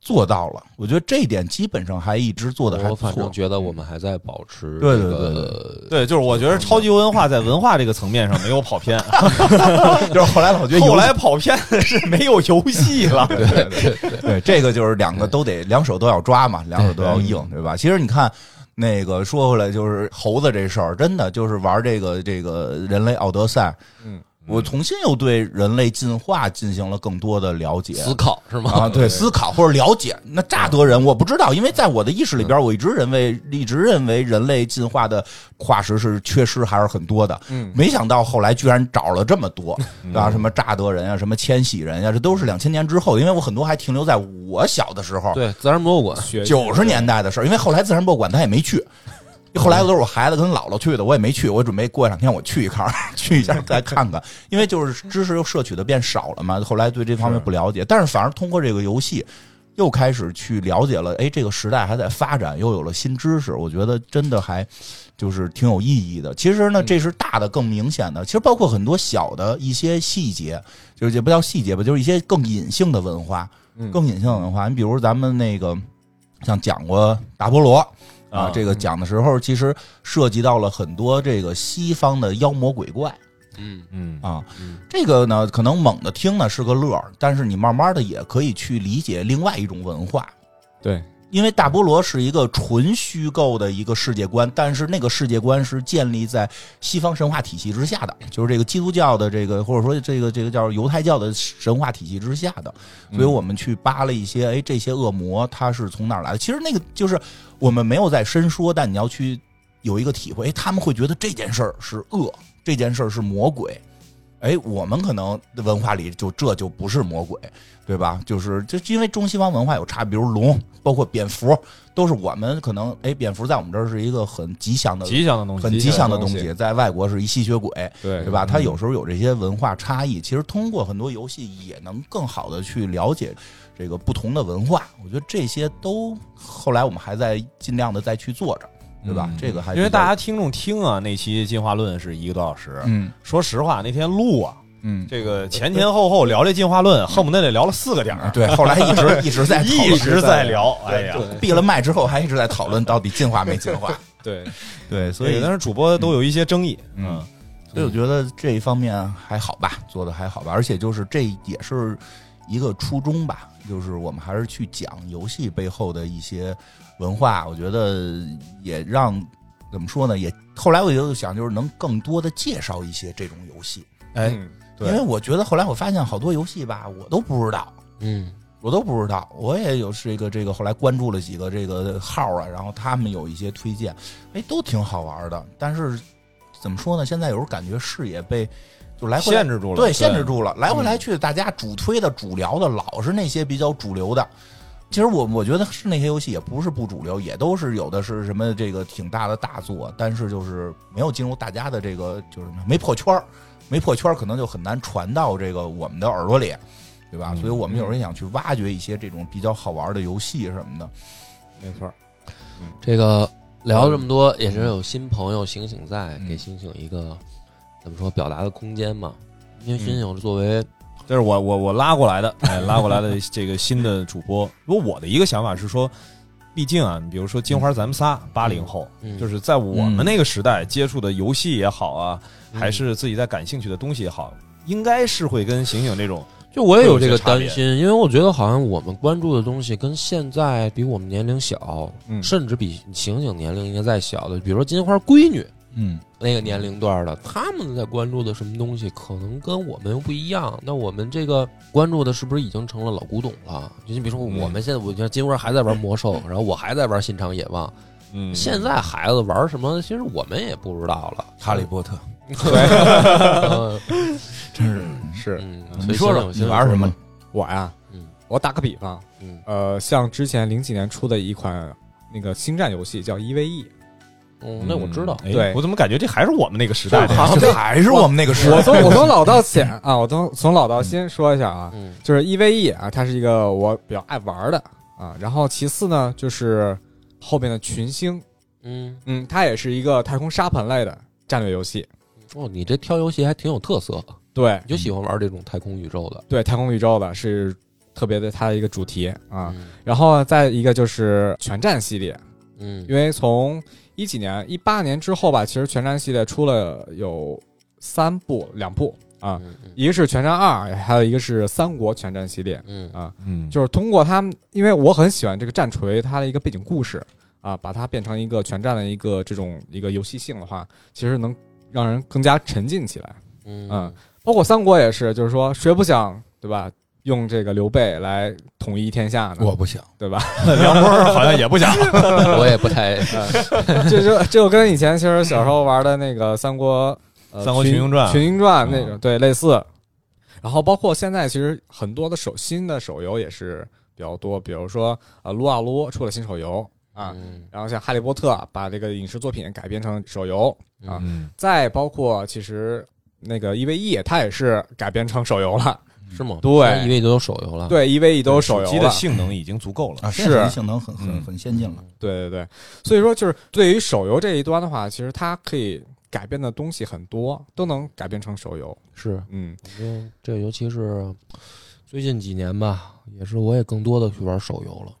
B: 做到了，我觉得这一点基本上还一直做的还
A: 我
B: 不
A: 反
B: 错嗯
A: 正。觉得我们还在保持
B: 对对
A: 这
B: 对
A: 个
D: 对，就是我觉得超级游文化在文化这个层面上没有跑 偏，
B: 就是后来老觉得游
D: 后来跑偏的是没有游戏 了。
B: 对这个就是两个都得两手都要抓嘛，两手都要硬，对吧？其实你看。那个说回来就是猴子这事儿，真的就是玩这个这个人类奥德赛，
C: 嗯，
B: 我重新又对人类进化进行了更多的了解
A: 思考是吗？
B: 啊，对思考或者了解。那乍得人我不知道，因为在我的意识里边，我一直认为一直认为人类进化的化石是缺失还是很多的，
C: 嗯，
B: 没想到后来居然找了这么多，啊，什么乍得人啊，什么迁徙人啊，这都是两千年之后，因为我很多还停留在我小的时候，
A: 对，自然博物馆
C: 学
B: 九十年代的事儿。因为后来自然博物馆他也没去，后来都是我孩子跟姥姥去的，我也没去。我准备过两天我去一趟， 去一下再看看，因为就是知识又摄取的变少了嘛，后来对这方面不了解，但是反而通过这个游戏。又开始去了解了，哎，这个时代还在发展，又有了新知识，我觉得真的还就是挺有意义的。其实
C: 嗯
B: 呢，这是大的更明显的，其实包括很多小的一些细节，就是也不叫细节吧，就是一些更隐性的文化，
C: 嗯
B: 更隐性的文化。你比如咱们那个像讲过大菠萝。啊
D: 啊，
B: 这个讲的时候，其实涉及到了很多这个西方的妖魔鬼怪
A: 嗯
D: 嗯
B: 啊
A: 嗯。
B: 这个呢，可能猛的听呢是个乐儿，但是你慢慢的也可以去理解另外一种文化，
C: 对，
B: 因为大菠萝是一个纯虚构的一个世界观，但是那个世界观是建立在西方神话体系之下的，就是这个基督教的这个，或者说这个这个叫犹太教的神话体系之下的。所以我们去扒了一些，哎，这些恶魔它是从哪儿来的？其实那个就是我们没有在深说，但你要去有一个体会，哎，他们会觉得这件事儿是恶，这件事儿是魔鬼。哎，我们可能的文化里就这就不是魔鬼，对吧？ 就是这因为中西方文化有差，比如龙，包括蝙蝠，都是我们可能哎，蝙蝠在我们这儿是一个很吉祥的、
D: 吉祥的东西，
B: 很吉祥的东
C: 吉祥的
B: 西，在外国是一吸血鬼，
C: 对
B: 对吧？它有时候有这些文化差异，其实通过很多游戏也能更好的去了解这个不同的文化。我觉得这些都后来我们还在尽量的再去做着，对吧？
D: 嗯
B: 这个还
D: 因为
B: 比较
D: 大家听众听啊，那期进化论是一个多小时。
B: 嗯
D: 说实话，那天录啊，
B: 嗯
D: 这个前前后后聊这进化论，恨不得得聊了四个点 儿，
B: 对，后来一直嗯一直在讨论
D: 一直在聊。哎呀，
B: 闭了麦之后还一直在讨论到底进化没进化。
C: 对，
B: 对，所
D: 所以
B: 以
D: 但是主播都有一些争议。
B: 嗯，所以我觉得这一方面还好吧，做的还好吧，而且就是这也是一个初衷吧，就是我们还是去讲游戏背后的一些文化，我觉得也让怎么说呢，也后来我就想就是能更多的介绍一些这种游戏，
D: 哎，
C: 嗯
B: 因
D: 对
B: 为我觉得后来我发现好多游戏吧，我都不知道。
A: 嗯，
B: 我都不知道，我也有这个这个，后来关注了几个这个号啊，然后他们有一些推荐，哎，都挺好玩的。但是怎么说呢？现在有时候感觉视野被就来回来
D: 限制嗯住了，
B: 对限制。住了，来回来去，大家主推的、主聊的老是那些比较主流的。其实我我觉得是那些游戏也不是不主流，也都是有的是什么这个挺大的大作，但是就是没有进入大家的这个就是什么没破圈儿，没破圈儿可能就很难传到这个我们的耳朵里，对吧？所以我们有时候也想去挖掘一些这种比较好玩的游戏什么的。
C: 没 错，
A: 这个聊这么多也是有新朋友醒醒在，
B: 嗯
A: 给醒醒一个怎么说表达的空间嘛。因为
B: 嗯
A: 醒醒作为
D: 这是我我我拉过来的，哎，拉过来的这个新的主播。不过我的一个想法是说，毕竟啊，你比如说金花，咱们仨八零后，
A: 嗯
D: 就是在我们
B: 嗯
D: 那个时代接触的游戏也好啊，
A: 嗯
D: 还是自己在感兴趣的东西也好，应该是会跟醒醒这种
A: 嗯就我也有这
D: 会有
A: 个
D: 一些差别
A: 担心，因为我觉得好像我们关注的东西跟现在比我们年龄小，
C: 嗯
A: 甚至比醒醒年龄应该再小的，比如说金花闺女
B: 嗯，
A: 那个年龄段的，他们在关注的什么东西，可能跟我们又不一样。那我们这个关注的是不是已经成了老古董了？就你比如说，我们现在我像金花还在玩魔兽，然后我还在玩新长野望，
D: 嗯，
A: 现在孩子玩什么，其实我们也不知道 了。
B: 哈利波特
A: 嗯
B: 真是，
C: 是
A: 嗯，
B: 你说说你玩什么？？
C: 我呀，
A: 嗯
C: 我打个比方，
A: 嗯，
C: 呃，像之前零几年出的一款那个星战游戏叫 E EVE，
A: 哦，那我知道。
D: 哎
C: 对
D: 我怎么感觉这还是我们那个时代的？
A: 好
B: 这还是我们那个时代
C: 我从我从老到浅啊，我从从老到新说一下啊，
A: 嗯
C: 就是 EVE 啊，它是一个我比较爱玩的啊。然后其次呢，就是后边的群星，
A: 嗯，
C: 嗯，它也是一个太空沙盘类的战略游戏。
A: 哦，你这挑游戏还挺有特色，
C: 对
A: 你就喜欢玩这种太空宇宙的
C: 对，太空宇宙的是特别的它的一个主题啊。，然后再一个就是全战系列，
A: 嗯，
C: 因为从一几年一八年之后吧，其实全战系列出了有三部两部啊，
A: 嗯嗯
C: 一个是全战二，还有一个是三国全战系列。
A: 嗯
D: 嗯，
C: 就是通过他们，因为我很喜欢这个战锤它的一个背景故事啊，把它变成一个全站的一个这种一个游戏性的话，其实能让人更加沉浸起来。
A: 嗯
C: 嗯包括三国也是，就是说谁不想对吧？用这个刘备来统一天下呢？
B: 我不想，
C: 对吧？
D: 梁波儿好像也不想，
A: 我也不太
C: 这就这就跟以前其实小时候玩的那个三国，呃、
D: 三国
C: 群
D: 群英传
C: 群英传
D: 嗯
C: 那种、对类似。然后包括现在其实很多的手新的手游也是比较多，比如说呃撸啊撸出了新手游啊，
A: 嗯
C: 然后像《哈利波特》把这个影视作品改编成手游，啊
D: 嗯，
C: 再包括其实那个 EVE 它也是改编成手游了，
A: 是吗？
C: 对
A: 因为都有手游了，，
C: 对，EVE 都是手
D: 啊机
C: 游
D: 的
C: 了，
D: 性能已经足够了。
B: 啊，
C: 是
B: 现在性能很很
D: 嗯
B: 很先进了。
C: 对对对，所以说就是对于手游这一端的话，其实它可以改变的东西很多，都能改编成手游，
A: 是，
C: 嗯，
A: 嗯，这尤其是最近几年吧，也是我也更多的去玩手游了。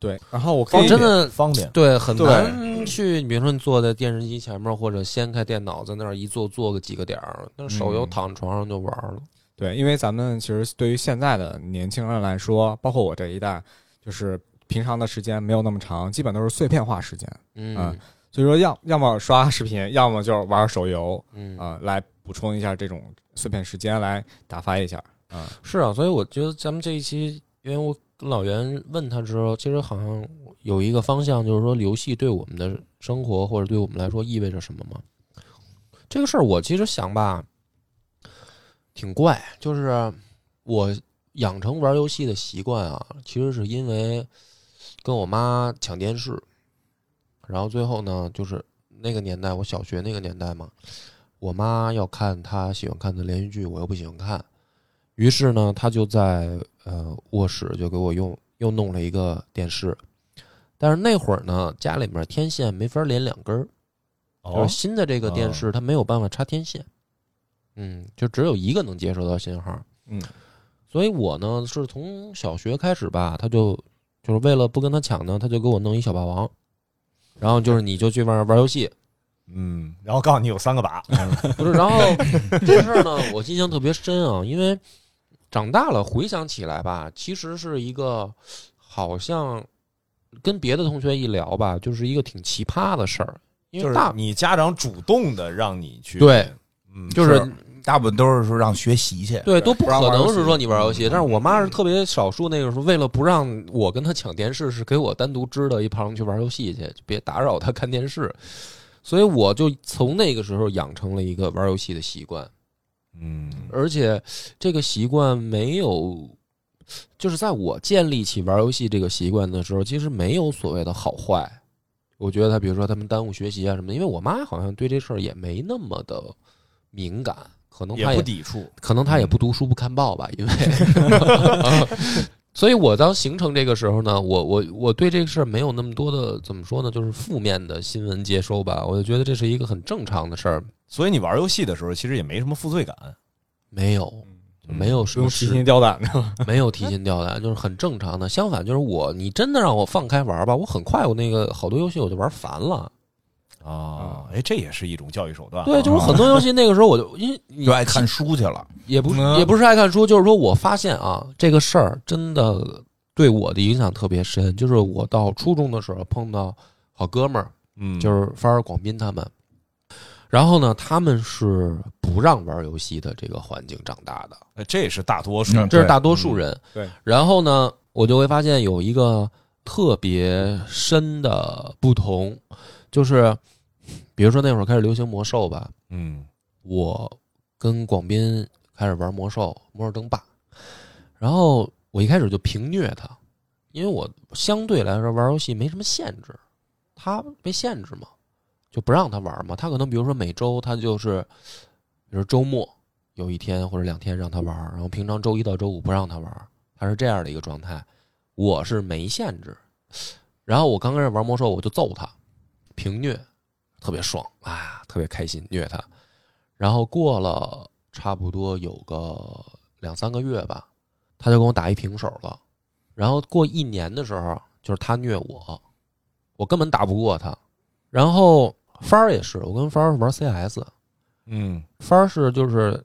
C: 对。然后我可
A: 哦
C: 以，
A: 真的
D: 方便，
A: 对，很
C: 对
A: 难去，比如说你坐在电视机前面，或者掀开电脑在那儿一坐坐个几个点儿，但是手游
C: 嗯
A: 躺床上就玩了。
C: 对，因为咱们其实对于现在的年轻人来说，包括我这一代，就是平常的时间没有那么长，基本都是碎片化时间，
A: 嗯
C: 啊所以说要要么刷视频，要么就是玩手游，
A: 嗯
C: 啊、来补充一下这种碎片时间，来打发一下。
A: 是啊，所以我觉得咱们这一期，因为我跟老袁问他之后，其实好像有一个方向，就是说游戏对我们的生活或者对我们来说意味着什么吗？这个事儿我其实想吧，挺怪，就是我养成玩游戏的习惯啊，其实是因为跟我妈抢电视，然后最后呢，就是那个年代，我小学那个年代嘛，我妈要看她喜欢看的连续剧，我又不喜欢看，于是呢，他就在呃卧室就给我用又弄了一个电视，但是那会儿呢，家里面天线没法连两根儿，
B: 哦
A: 就是新的这个电视它没有办法插天线，嗯，就只有一个能接收到信号，
C: 嗯，
A: 所以我呢是从小学开始吧，他就就是为了不跟他抢呢，他就给我弄一小霸王，然后就是你就去玩玩游戏，
D: 嗯，然后告诉你有三个把，
A: 不是，然后这事儿呢，我印象特别深啊，因为长大了回想起来吧，其实是一个好像跟别的同学一聊吧，就是一个挺奇葩的事儿，因
D: 就
A: 为
D: 是
A: 大
D: 你家长主动的让你去，
A: 对，
D: 嗯，
A: 就是是
B: 大部分都是说让学习去，
A: 对都不
C: 不让
A: 可
C: 玩游
A: 能
C: 戏
A: 是说你玩游戏，
D: 嗯
A: 但是我妈是特别少数那个时候，为了不让我跟她抢电视，是给我单独支的一旁去玩游戏去，就别打扰她看电视，所以我就从那个时候养成了一个玩游戏的习惯。
D: 嗯，
A: 而且这个习惯没有，就是在我建立起玩游戏这个习惯的时候，其实没有所谓的好坏。我觉得他，比如说他们耽误学习啊什么的，因为我妈好像对这事儿也没那么的敏感，可能
D: 也
A: 她也
D: 不抵触，
A: 可能她也不读书不看报吧，因为，所以我当形成这个时候呢，我我我对这个事儿没有那么多的怎么说呢，就是负面的新闻接收吧，我就觉得这是一个很正常的事儿，
D: 所以你玩游戏的时候其实也没什么负罪感，
A: 没有没有什
C: 不用
A: 么
C: 提
A: 实
C: 心吊胆的。
A: 没有提心吊胆， 就是很正常的。相反，就是我，你真的让我放开玩吧，我很快我那个好多游戏我就玩烦了，
D: 啊，哎，这也是一种教育手段。
A: 对，就是很多游戏那个时候我就因为你
B: 就爱看书去了。
A: 也不是
B: 嗯
A: 也不是爱看书，就是说我发现啊，这个事儿真的对我的影响特别深。就是我到初中的时候碰到好哥们儿，
D: 嗯，
A: 就是发儿广斌他们，然后呢，他们是不让玩游戏的这个环境长大的，
D: 哎这也是大多数。
B: 嗯
A: 这是
B: 对
A: 大多数人。
C: 对，
A: 然后呢，我就会发现有一个特别深的不同，就是比如说那会儿开始流行魔兽吧，
D: 嗯，
A: 我跟广斌开始玩魔兽，魔兽争霸，然后我一开始就平虐他，因为我相对来说玩游戏没什么限制，他没限制嘛，就不让他玩嘛。他可能比如说每周他就是，比如周末有一天或者两天让他玩，然后平常周一到周五不让他玩，他是这样的一个状态。我是没限制，然后我刚开始玩魔兽我就揍他，平虐，特别爽啊，特别开心虐他。然后过了差不多有个两三个月吧，他就跟我打一平手了。然后过一年的时候，就是他虐我，我根本打不过他。然后帆儿也是，我跟帆儿玩 CS，
D: 嗯，
A: 帆儿是就是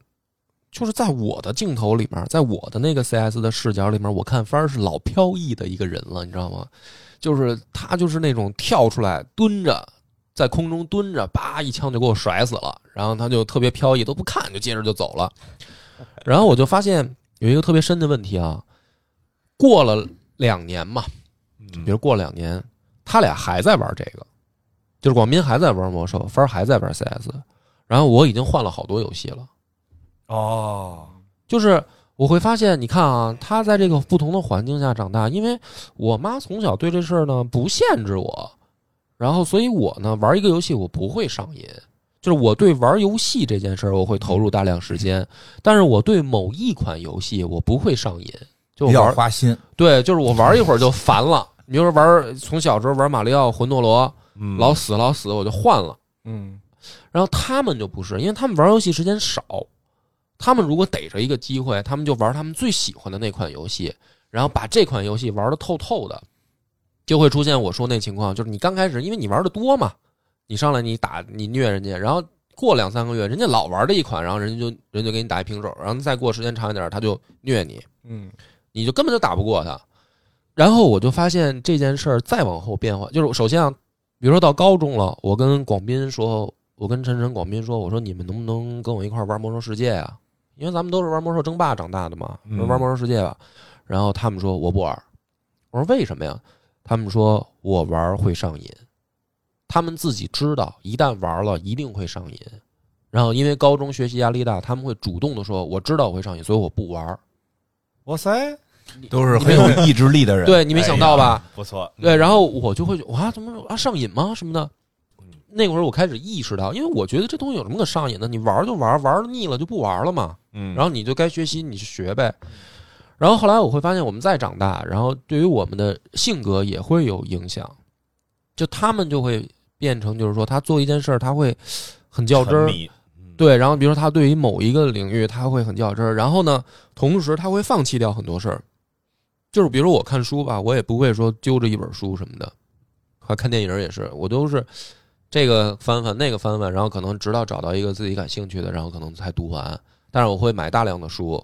A: 就是在我的镜头里面，在我的那个 CS 的视角里面，我看帆儿是老飘逸的一个人了，你知道吗？就是他就是那种跳出来蹲着。在空中蹲着，叭一枪就给我甩死了，然后他就特别飘逸，都不看，就接着就走了。然后我就发现有一个特别深的问题啊，过了两年嘛，
D: 嗯
A: 比如过两年，他俩还在玩这个，就是广斌还在玩魔兽，帆儿还在玩 CS，然后我已经换了好多游戏了，
D: 哦，
A: 就是我会发现，你看啊，他在这个不同的环境下长大，因为我妈从小对这事儿呢不限制我，然后所以我呢玩一个游戏我不会上瘾，就是我对玩游戏这件事儿我会投入大量时间，但是我对某一款游戏我不会上瘾，就
B: 比
A: 我
B: 较
A: 玩
B: 花心，
A: 对，就是我玩一会儿就烦了。你比如说玩从小时候玩马里奥、魂斗罗，
D: 嗯
A: 老死老死我就换了。
C: 嗯，
A: 然后他们就不是，因为他们玩游戏时间少，他们如果逮着一个机会，他们就玩他们最喜欢的那款游戏，然后把这款游戏玩的透透的，就会出现我说那情况，就是你刚开始因为你玩的多嘛，你上来你打你虐人家，然后过两三个月人家老玩这一款，然后人家就人家就给你打一平手，然后再过时间长一点他就虐你，
C: 嗯，
A: 你就根本就打不过他。然后我就发现这件事儿再往后变化，就是首先啊，比如说到高中了，我跟广斌说，我跟晨晨、广斌说，我说你们能不能跟我一块儿玩魔兽世界啊？因为咱们都是玩魔兽争霸长大的嘛，
D: 嗯
A: 说玩魔兽世界吧。然后他们说我不玩，我说为什么呀？他们说我玩会上瘾，他们自己知道，一旦玩了一定会上瘾。然后因为高中学习压力大，他们会主动的说我知道我会上瘾，所以我不玩儿。
D: 哇塞，
B: 都是很有意志力的人。
A: 对你没想到吧？
D: 不错，嗯
A: 对，然后我就会觉得哇，怎么啊上瘾吗什么的？
D: 嗯
A: 那会儿我开始意识到，因为我觉得这东西有什么可上瘾的？你玩儿就玩儿，玩儿腻了就不玩儿了嘛。
D: 嗯，
A: 然后你就该学习，你去学呗。然后后来我会发现，我们再长大，然后对于我们的性格也会有影响。就他们就会变成，就是说他做一件事儿，他会很较真儿，
D: 沉迷，嗯，
A: 对，然后比如说他对于某一个领域他会很较真儿，然后呢，同时他会放弃掉很多事儿，就是比如说我看书吧，我也不会说揪着一本书什么的，还看电影也是，我都是这个翻翻那个翻翻，然后可能直到找到一个自己感兴趣的，然后可能才读完。但是我会买大量的书，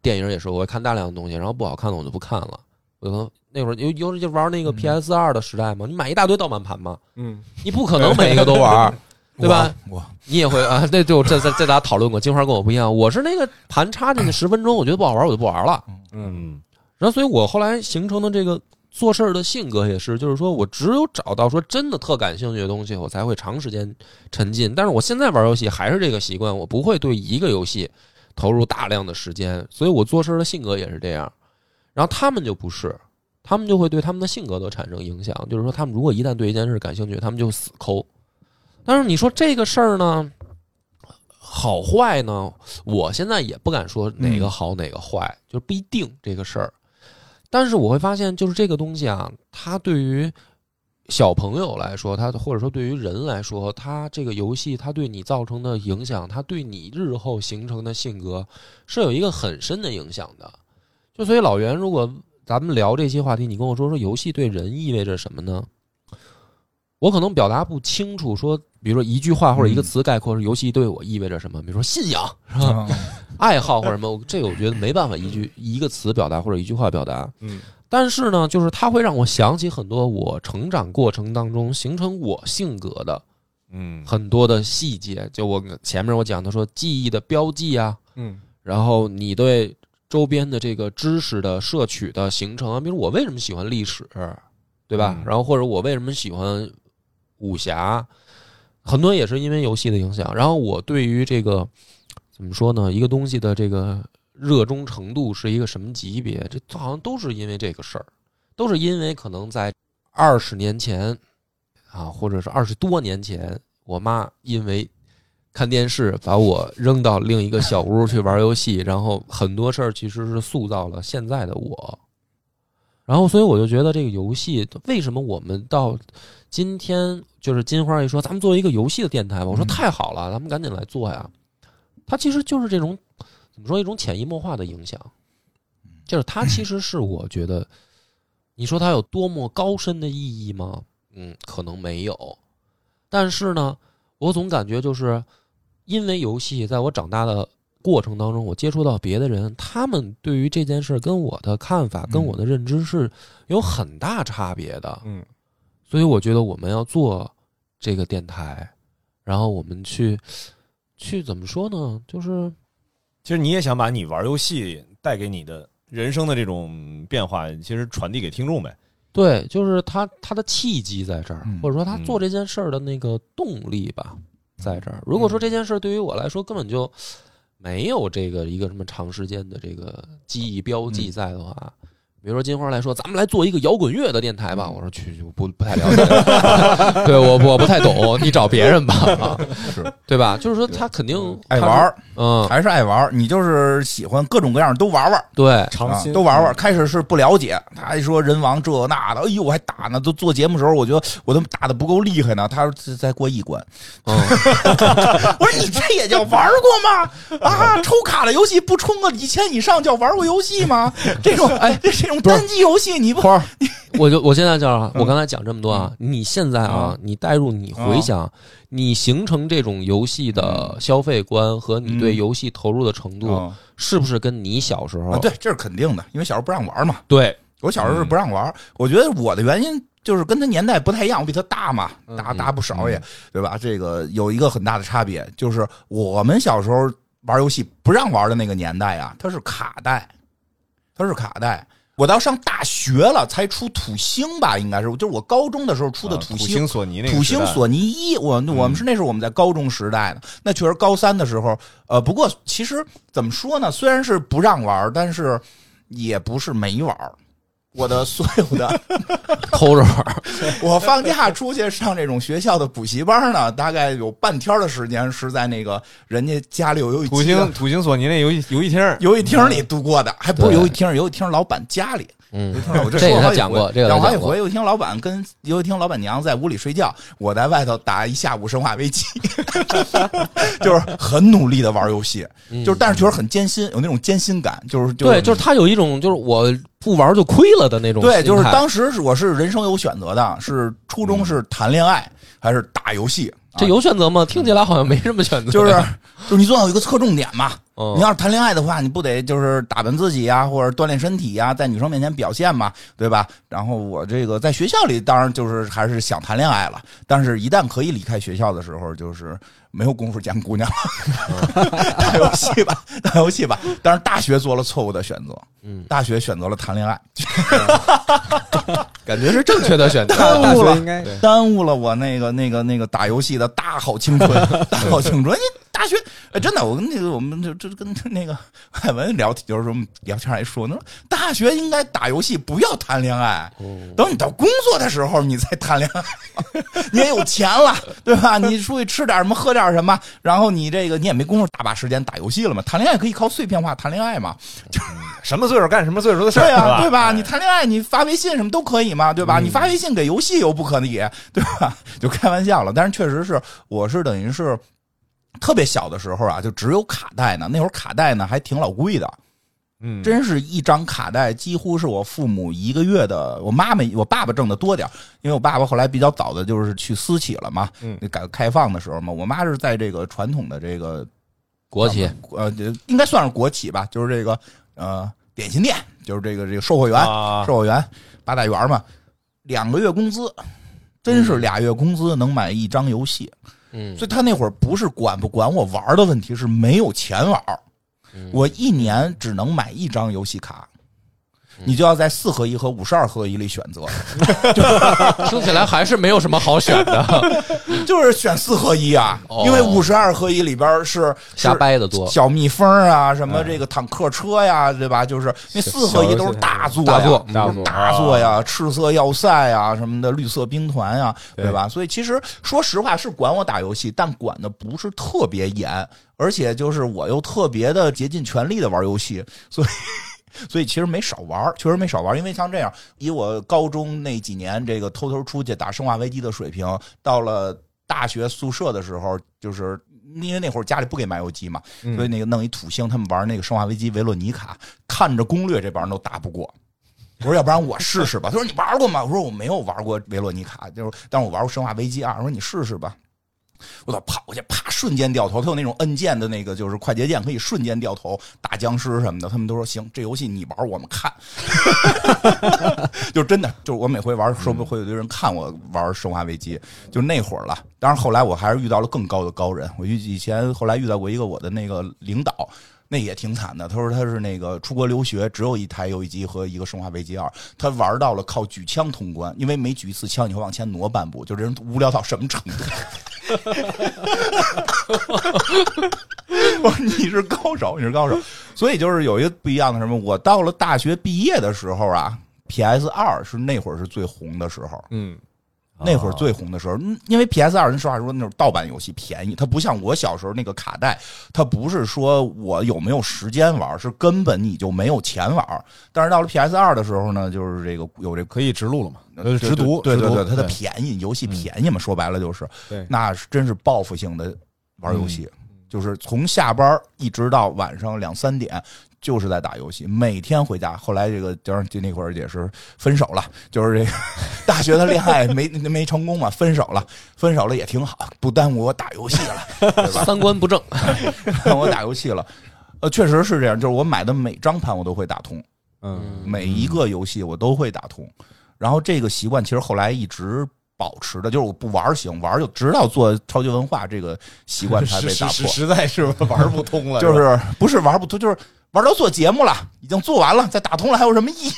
A: 电影也是，我会看大量的东西，然后不好看的我就不看了。我可能那会儿尤尤其就玩那个
B: 嗯
A: PS 二的时代嘛，你买一大堆盗版盘嘛，
C: 嗯，
A: 你不可能每一个都玩儿。对吧
B: 我？我
A: 你也会啊？对对，我这这这咱讨论过，金花跟我不一样，我是那个盘插进去十分钟，我觉得不好玩，我就不玩了。
C: 嗯，
D: 嗯，
A: 然后，所以我后来形成的这个做事儿的性格也是，就是说我只有找到说真的特感兴趣的东西，我才会长时间沉浸。但是我现在玩游戏还是这个习惯，我不会对一个游戏投入大量的时间，所以我做事儿的性格也是这样。然后他们就不是，他们就会对他们的性格都产生影响。就是说，他们如果一旦对一件事感兴趣，他们就死抠。但是你说这个事儿呢，好坏呢？我现在也不敢说哪个好哪个坏，就是不一定这个事儿。但是我会发现，就是这个东西啊，它对于小朋友来说，它或者说对于人来说，它这个游戏它对你造成的影响，它对你日后形成的性格是有一个很深的影响的。就所以老袁，如果咱们聊这些话题，你跟我说说游戏对人意味着什么呢？我可能表达不清楚说，比如说一句话或者一个词概括说游戏对我意味着什么，比如说信仰、
B: 嗯
A: 爱好或者什么，这个我觉得没办法一句一个词表达或者一句话表达。
C: 嗯
A: 但是呢，就是它会让我想起很多我成长过程当中形成我性格的
D: 嗯，
A: 很多的细节。就我前面我讲的说记忆的标记啊，
C: 嗯
A: 然后你对周边的这个知识的摄取的形成啊，比如我为什么喜欢历史，对吧？
D: 嗯
A: 然后或者我为什么喜欢武侠，很多也是因为游戏的影响。然后我对于这个怎么说呢，一个东西的这个热衷程度是一个什么级别，这好像都是因为这个事儿，都是因为可能在二十年前啊，或者是二十多年前，我妈因为看电视把我扔到另一个小屋去玩游戏，然后很多事儿其实是塑造了现在的我。然后，所以我就觉得这个游戏为什么我们到今天就是金花一说，咱们做一个游戏的电台吧，我说
B: 嗯
A: 太好了，咱们赶紧来做呀。它其实就是这种怎么说一种潜移默化的影响，就是它其实是我觉得，你说它有多么高深的意义吗？嗯，可能没有，但是呢，我总感觉就是因为游戏，在我长大的过程当中，我接触到别的人，他们对于这件事儿跟我的看法、
B: 嗯
A: 跟我的认知是有很大差别的。
C: 嗯
A: 所以我觉得我们要做这个电台，然后我们去去怎么说呢？就是
D: 其实你也想把你玩游戏带给你的人生的这种变化，其实传递给听众呗。
A: 对，就是他他的契机在这儿，
B: 嗯
A: 或者说他做这件事儿的那个动力吧，在这儿。如果说这件事儿对于我来说根本就没有这个一个什么长时间的这个记忆标
B: 嗯
A: 记在的话，比如说金花来说，咱们来做一个摇滚乐的电台吧，我说去，我不不太了解， 对我我不太懂，你找别人吧，啊、
B: 是
A: 对吧？就是说他肯定
B: 爱玩，儿，
A: 嗯，
B: 还是爱玩儿，你就是喜欢各种各样的都玩玩，
A: 对，
C: 长嗯
B: 啊
C: 期、
B: 都玩玩。开始是不了解，他一说人王这那的，哎呦，我还打呢。都做节目时候，我觉得我都打的不够厉害呢。他说这再过一关，
A: 嗯，
B: 我说你这也叫玩过吗？啊，抽卡的游戏不充个一千以上叫玩过游戏吗？这种哎，这这种单机游戏你不
A: 花儿， 我就我现在就是，
B: 嗯
A: 我刚才讲这么多啊，你现在啊，你带入你回想，你形成这种游戏
B: 嗯
A: 的消费观和你对游戏投入的程度，
B: 啊，
A: 是不是跟你小时候
B: 对，这是肯定的，因为小时候不让玩嘛。
A: 对
B: 我小时候是不让玩儿，我觉得我的原因就是跟他年代不太一样，我比他大嘛，大大不少也，对吧？这个有一个很大的差别，就是我们小时候玩游戏不让玩的那个年代啊，它是卡带，它是卡带。我到上大学了才出土星吧，应该是，就是我高中的时候出的
D: 啊
B: 土
D: 土
B: 星，
D: 索尼那个
B: 土
D: 时代
B: 星索尼一，我我们是那是我们在高中时代的，那确实高三的时候，呃，不过其实怎么说呢，虽然是不让玩儿，但是也不是没玩儿。我的所有的，
A: 偷着玩儿，
B: 我放假出去上这种学校的补习班呢，大概有半天的时间是在那个人家家里有游戏
D: 土
B: 机的
D: 星土星索尼那游戏游戏厅儿，
B: 游戏厅里度过的，还不是
A: 对
B: 游戏厅，游戏厅老板家里。
A: 嗯
B: 游戏厅老板
A: 这个
B: 说
A: 他
B: 好几
A: 讲过
B: 回
A: 这个他
B: 讲好几
A: 讲过
B: 回。游戏厅老板跟游戏厅老板娘在屋里睡觉，我在外头打一下午生化危机， 就是很努力的玩游戏，
A: 嗯
B: 就是但是觉得很艰辛，有那种艰辛感，就是就是
A: 对，就是他有一种就是我不玩就亏了的那种心态，嗯
B: 对，就是当时是我是人生有选择的，是初中是谈恋爱还是打游戏？啊
A: 这有选择吗？听起来好像没什么选择，
B: 就是就是你总要有一个侧重点嘛，
A: 嗯
B: 你要是谈恋爱的话，你不得就是打扮自己呀、啊或者锻炼身体呀、啊在女生面前表现嘛，对吧？然后我这个在学校里，当然就是还是想谈恋爱了，但是一旦可以离开学校的时候，就是没有功夫见姑娘 了，打游戏吧，打游戏吧。但是大学做了错误的选择，
A: 嗯，
B: 大学选择了谈恋爱，
A: 感觉是正确的选 择，
C: 大
B: 耽误了
C: 学应该
A: 对
B: 耽误了我那个那个那个打游戏的大好青春，大好青春。你大学哎，真的，我跟那个我们就就跟那个艾文聊，就是说聊天还说呢，大学应该打游戏，不要谈恋爱。
A: 哦
B: 等你到工作的时候，你再谈恋爱， 你也有钱了，对吧？你出去吃点什么，喝点什么，然后你这个你也没工夫大把时间打游戏了嘛。谈恋爱可以靠碎片化谈恋爱嘛，
D: 什么岁数干什么岁数的事儿，
B: 对啊，
D: 是
B: 对
D: 吧？哎嗯
B: 吧？你谈恋爱，你发微信什么都可以嘛，对吧？你发微信给游戏又不可以， 对吧？就开玩笑了，但是确实是，我是等于是特别小的时候啊，就只有卡带呢。那会儿卡带呢还挺老贵的，
D: 嗯，
B: 真是一张卡带，几乎是我父母一个月的，我妈妈我爸爸挣的多点儿因为我爸爸后来比较早的就是去私企了嘛，
D: 嗯
B: 那改革开放的时候嘛，我妈是在这个传统的这个
A: 国企
B: 呃，应该算是国企吧，就是这个呃点心店，就是这个这个售货员，
D: 啊，
B: 售货员八大员嘛，两个月工资，真是俩月工资能买一张游戏。
A: 嗯
B: 所以他那会儿不是管不管我玩的问题，是没有钱玩儿
A: 嗯。
B: 我一年只能买一张游戏卡，
A: 嗯
B: 你就要在四合一和五十二合一里选择，
A: 听起来还是没有什么好选的，
B: 就是选四合一啊，
A: 哦
B: 因为五十二合一里边儿 是
A: 瞎
B: 是
A: 掰的多。嗯
B: 小蜜蜂啊，什么这个坦克车呀，对吧？就是那四合一都是大作呀，
A: 大作
C: 大啊作
B: 大作呀，赤色要塞呀，什么的，绿色兵团呀，
C: 对
B: 对吧？所以其实说实话是管我打游戏，但管的不是特别严，而且就是我又特别的竭尽全力的玩游戏，所以。所以其实没少玩儿，确实没少玩儿。因为像这样，以我高中那几年这个偷偷出去打《生化危机》的水平，到了大学宿舍的时候，就是因为那会儿家里不给买游机嘛，
C: 嗯
B: 所以那个弄一土星，他们玩那个《生化危机》维洛尼卡，看着攻略这帮人都打不过。我说要不然我试试吧。他说你玩过吗？我说我没有玩过维洛尼卡，就是但是我玩过《生化危机二》。我说你试试吧。我操，跑过去，啪，瞬间掉头。他有那种按键的那个，就是快捷键，可以瞬间掉头打僵尸什么的。他们都说行，这游戏你玩，我们看。就真的，就是我每回玩，说不定会有一堆人看我玩《生化危机》，就那会儿了。当然后来我还是遇到了更高的高人。我遇以前后来遇到过一个我的那个领导，那也挺惨的。他说他是那个出国留学，只有一台游戏机和一个《生化危机二》，他玩到了靠举枪通关，因为每举一次枪你会往前挪半步，就这人无聊到什么程度。 我说你是高手，你是高手，所以就是有一个不一样的什么，我到了大学毕业的时候啊，PS 二是那会儿是最红的时候，
C: 嗯，
D: 啊哦
B: 那会儿最红的时候，嗯因为 PS 二，人实话说那种盗版游戏便宜，它不像我小时候那个卡带，它不是说我有没有时间玩，是根本你就没有钱玩。但是到了 PS 二的时候呢，就是这个有这个
D: 可以直录了嘛？
B: 对
D: 呃直读，
B: 对对
D: 直
B: 对，
D: 读嗯
B: 它的便宜，游戏便宜嘛，说白了就是，
C: 对
B: 那是真是报复性的玩游戏，就是从下班一直到晚上两三点。就是在打游戏，每天回家。后来这个就是就那会儿也是分手了，就是这个大学的恋爱没没成功嘛，分手了，分手了也挺好，不耽误我打游戏了。
A: 三观不正，
B: 让我打游戏了。呃，确实是这样，就是我买的每张盘我都会打通，
C: 嗯
B: 每一个游戏我都会打通。然后这个习惯其实后来一直保持的，就是我不玩儿行，玩儿就直到做超级文化这个习惯才被打
D: 实
B: 破
D: 实。实在 是玩不通了，
B: 就
D: 吧
B: 是不是玩儿不通，就是玩儿到做节目了，已经做完了，再打通了还有什么意义？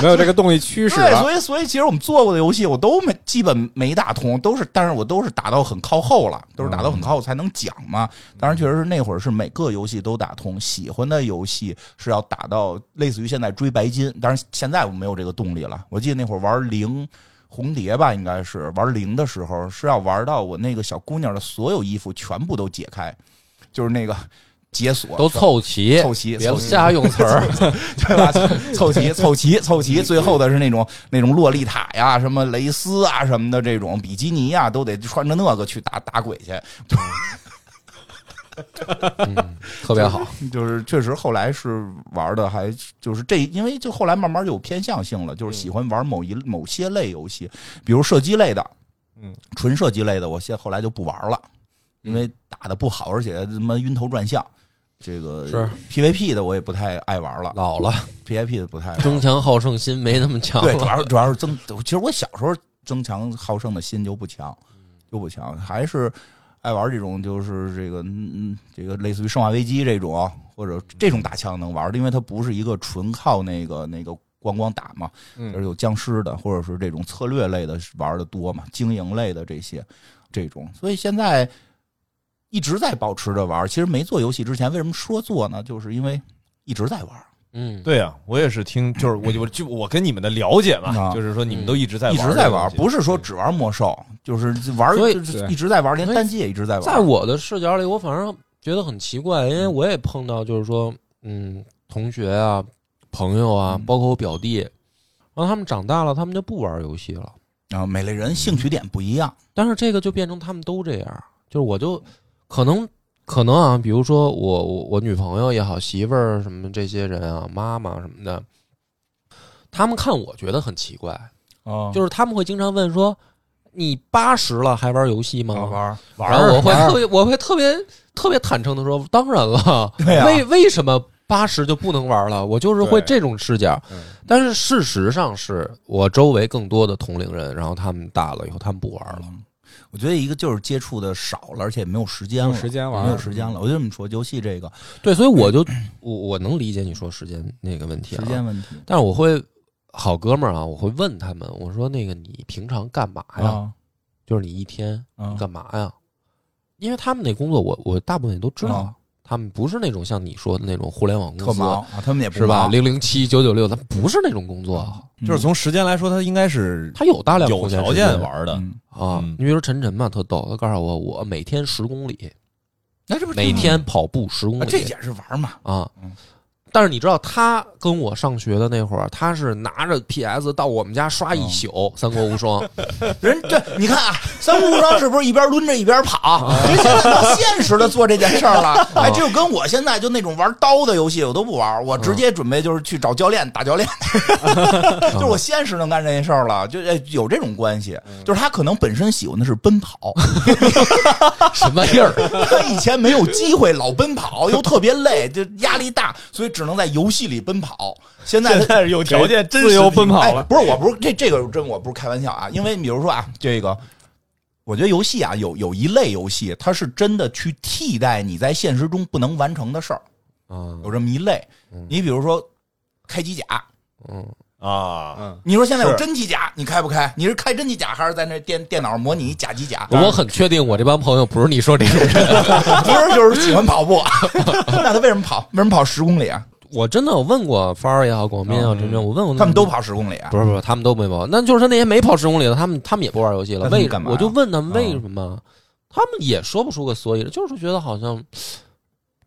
C: 没有这个动力驱使
B: 对，
C: 了。
B: 所以所以其实我们做过的游戏我都没基本没打通，都是但是我都是打到很靠后了，都是打到很靠后才能讲嘛。当然确实是那会儿是每个游戏都打通，喜欢的游戏是要打到类似于现在追白金，当然现在我没有这个动力了。我记得那会儿玩零。红蝶吧，应该是玩零的时候是要玩到我那个小姑娘的所有衣服全部都解开，就是那个解锁
A: 都凑齐，
B: 啊凑齐，
A: 别
B: 凑齐
A: 瞎用词 儿。
B: 对吧？凑齐，凑齐，凑齐，最后的是那种那种洛丽塔呀、什么蕾丝啊、什么的这种比基尼啊，都得穿着那个去打打鬼去。
A: 特别 好，
B: 就是确实后来是玩的还就是这，因为就后来慢慢就有偏向性了，就是喜欢玩某一某些类游戏，比如射击类的，
C: 嗯，
B: 纯射击类的，我现在后来就不玩了，因为打的不好，而且他妈晕头转向。这个
A: 是
B: PVP 的我也不太爱玩了
A: 老了，
B: ，PVP 的不太爱玩
A: 争强好胜心没那么强
B: 对，主
A: 了。
B: 要是主要是增，其实我小时候争强好胜的心就不强，就不强，还是爱玩这种就是这个嗯嗯这个类似于《生化危机》这种或者这种打枪能玩，因为它不是一个纯靠那个那个光光打嘛，
C: 嗯
B: 而有僵尸的或者是这种策略类的玩的多嘛，经营类的这些这种，所以现在。一直在保持着玩，其实没做游戏之前，为什么说做呢？就是因为一直在玩，
A: 嗯，
D: 对呀、我也是听，就是我就我就我跟你们的了解嘛，
B: 啊
D: 就是说你们都一直在玩
B: 一直在玩，
D: 这个嗯东
B: 不
D: 西
B: 是说只玩魔兽，就是玩
A: 所以
B: 就是
C: 对
B: 一直在玩，连
A: 所以
B: 单机也一直在玩。
A: 在我的视角里，我反而觉得很奇怪，因为我也碰到，就是说，嗯，同学啊、朋友啊
B: 嗯，
A: 包括我表弟，然后他们长大了，他们就不玩游戏了。
B: 啊，每类人兴趣点不一样，
A: 但是这个就变成他们都这样，就是我就可能可能啊，比如说我我我女朋友也好，媳妇儿什么这些人啊，妈妈什么的，他们看我觉得很奇怪，
D: 嗯
B: 啊
A: 就是他们会经常问说：“你八十了还玩游戏吗？”
B: 啊玩儿
D: 玩
A: 然
D: 儿
A: 后我会
B: 玩儿
A: 特别，我会特别特别坦诚的说，当然了，
B: 对啊呀
A: 为为什么八十就不能玩了？我就是会
D: 对
A: 这种视角。
D: 嗯
A: 但是事实上是我周围更多的同龄人，然后他们大了以后，他们不玩了。
B: 嗯我觉得一个就是接触的少了，而且也没有时间
C: 没有
B: 了，
C: 时间玩
B: 没有时间了。我就这么说，游戏这个
A: 对，所以我就我我能理解你说时间那个问题
B: 时
A: 啊，
B: 间问题
A: 但是我会好哥们儿啊，我会问他们，我说那个你平常干嘛呀？
B: 啊
A: 就是你一天
B: 啊
A: 干嘛呀？因为他们那工作我我大部分也都知道，
B: 啊
A: 他们不是那种像你说的那种互联网公
B: 特
A: 司。
B: 忙啊，他们也不
A: 是吧？
B: 忙？
A: 零零七九九六，它不是那种工作，
B: 嗯
D: 就是从时间来说，它应该是
A: 它有大量
D: 有
A: 空闲
D: 条
A: 时
D: 件
A: 间
D: 玩的。
B: 嗯
A: 啊
D: 嗯。
A: 你比如说晨晨嘛，特逗，他告诉我，我每天十公里，
B: 那这不是
A: 每天跑步十公
B: 啊这
A: 里
B: 也是玩嘛？
A: 啊
B: 嗯。
A: 但是你知道，他跟我上学的那会儿，他是拿着 PS 到我们家刷一宿《
B: 嗯
A: 三国无 双》
B: 人这你看啊，三国无双是不是一边抡着一边跑？啊人现在能现实的做这件事儿了。哎，只有跟我现在就那种玩刀的游戏我都不玩，我直接准备就是去找教练打教练，就是我现实能干这件事儿了，就哎有这种关系。就是他可能本身喜欢的是奔 跑，
A: 什么意儿？
B: 他以前没有机会老奔跑，又特别累，就压力大，所以只能在游戏里奔跑。现在
D: 现
B: 他
D: 在是有条件，真
C: 自由
D: 实体
C: 奔跑
B: 哎、
C: 了，
B: 不是，我不是这这个真我不是开玩笑啊，因为比如说啊，这个。我觉得游戏啊，有有一类游戏，它是真的去替代你在现实中不能完成的事儿，
A: 啊，
B: 有这么一类。你比如说开机甲，
A: 嗯，
D: 啊。
C: 嗯，
B: 你说现在有
D: 是
B: 真机甲，你开不开？你是开真机甲，还是在那电电脑上模拟假机甲？
A: 我很确定，我这帮朋友不是你说这种人。
B: 不是，就是喜欢跑步。 那他为什么跑？为什么跑十公里啊？
A: 我真的我问过ฟ้儿也好，广斌也好，晨晨，我问过
B: 嗯他们都跑十公里啊？
A: 不是不是，他们都没跑，那就是那些没跑十公里的，他们他们也不玩游戏了
B: 那。他们
A: 为
B: 干嘛呀嗯
A: 我就问他们为什么，他们也说不出个所以来，就是觉得好像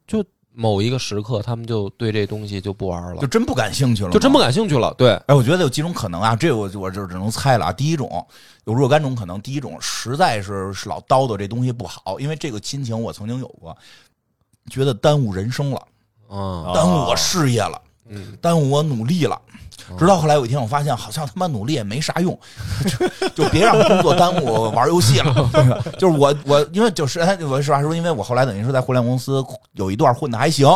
A: 就某一个时刻，他们就对这东西就不玩了
B: 就，真不感兴趣了吗，
A: 就真不感兴趣了。对，
B: 哎，我觉得有几种可能啊，这我我就只能猜了啊。第一种有若干种可能，第一种实在是是老叨叨这东西不好，因为这个心情我曾经有过，觉得耽误人生了，
A: 嗯
D: 啊
B: 耽误我事业了，
A: 嗯，
B: 耽误我努力了。直到后来有一天，我发现好像他妈努力也没啥用， 就就别让工作耽误我玩游戏了。就是我我因为就是哎我实话说，因为我后来等于是在互联网公司有一段混的还行，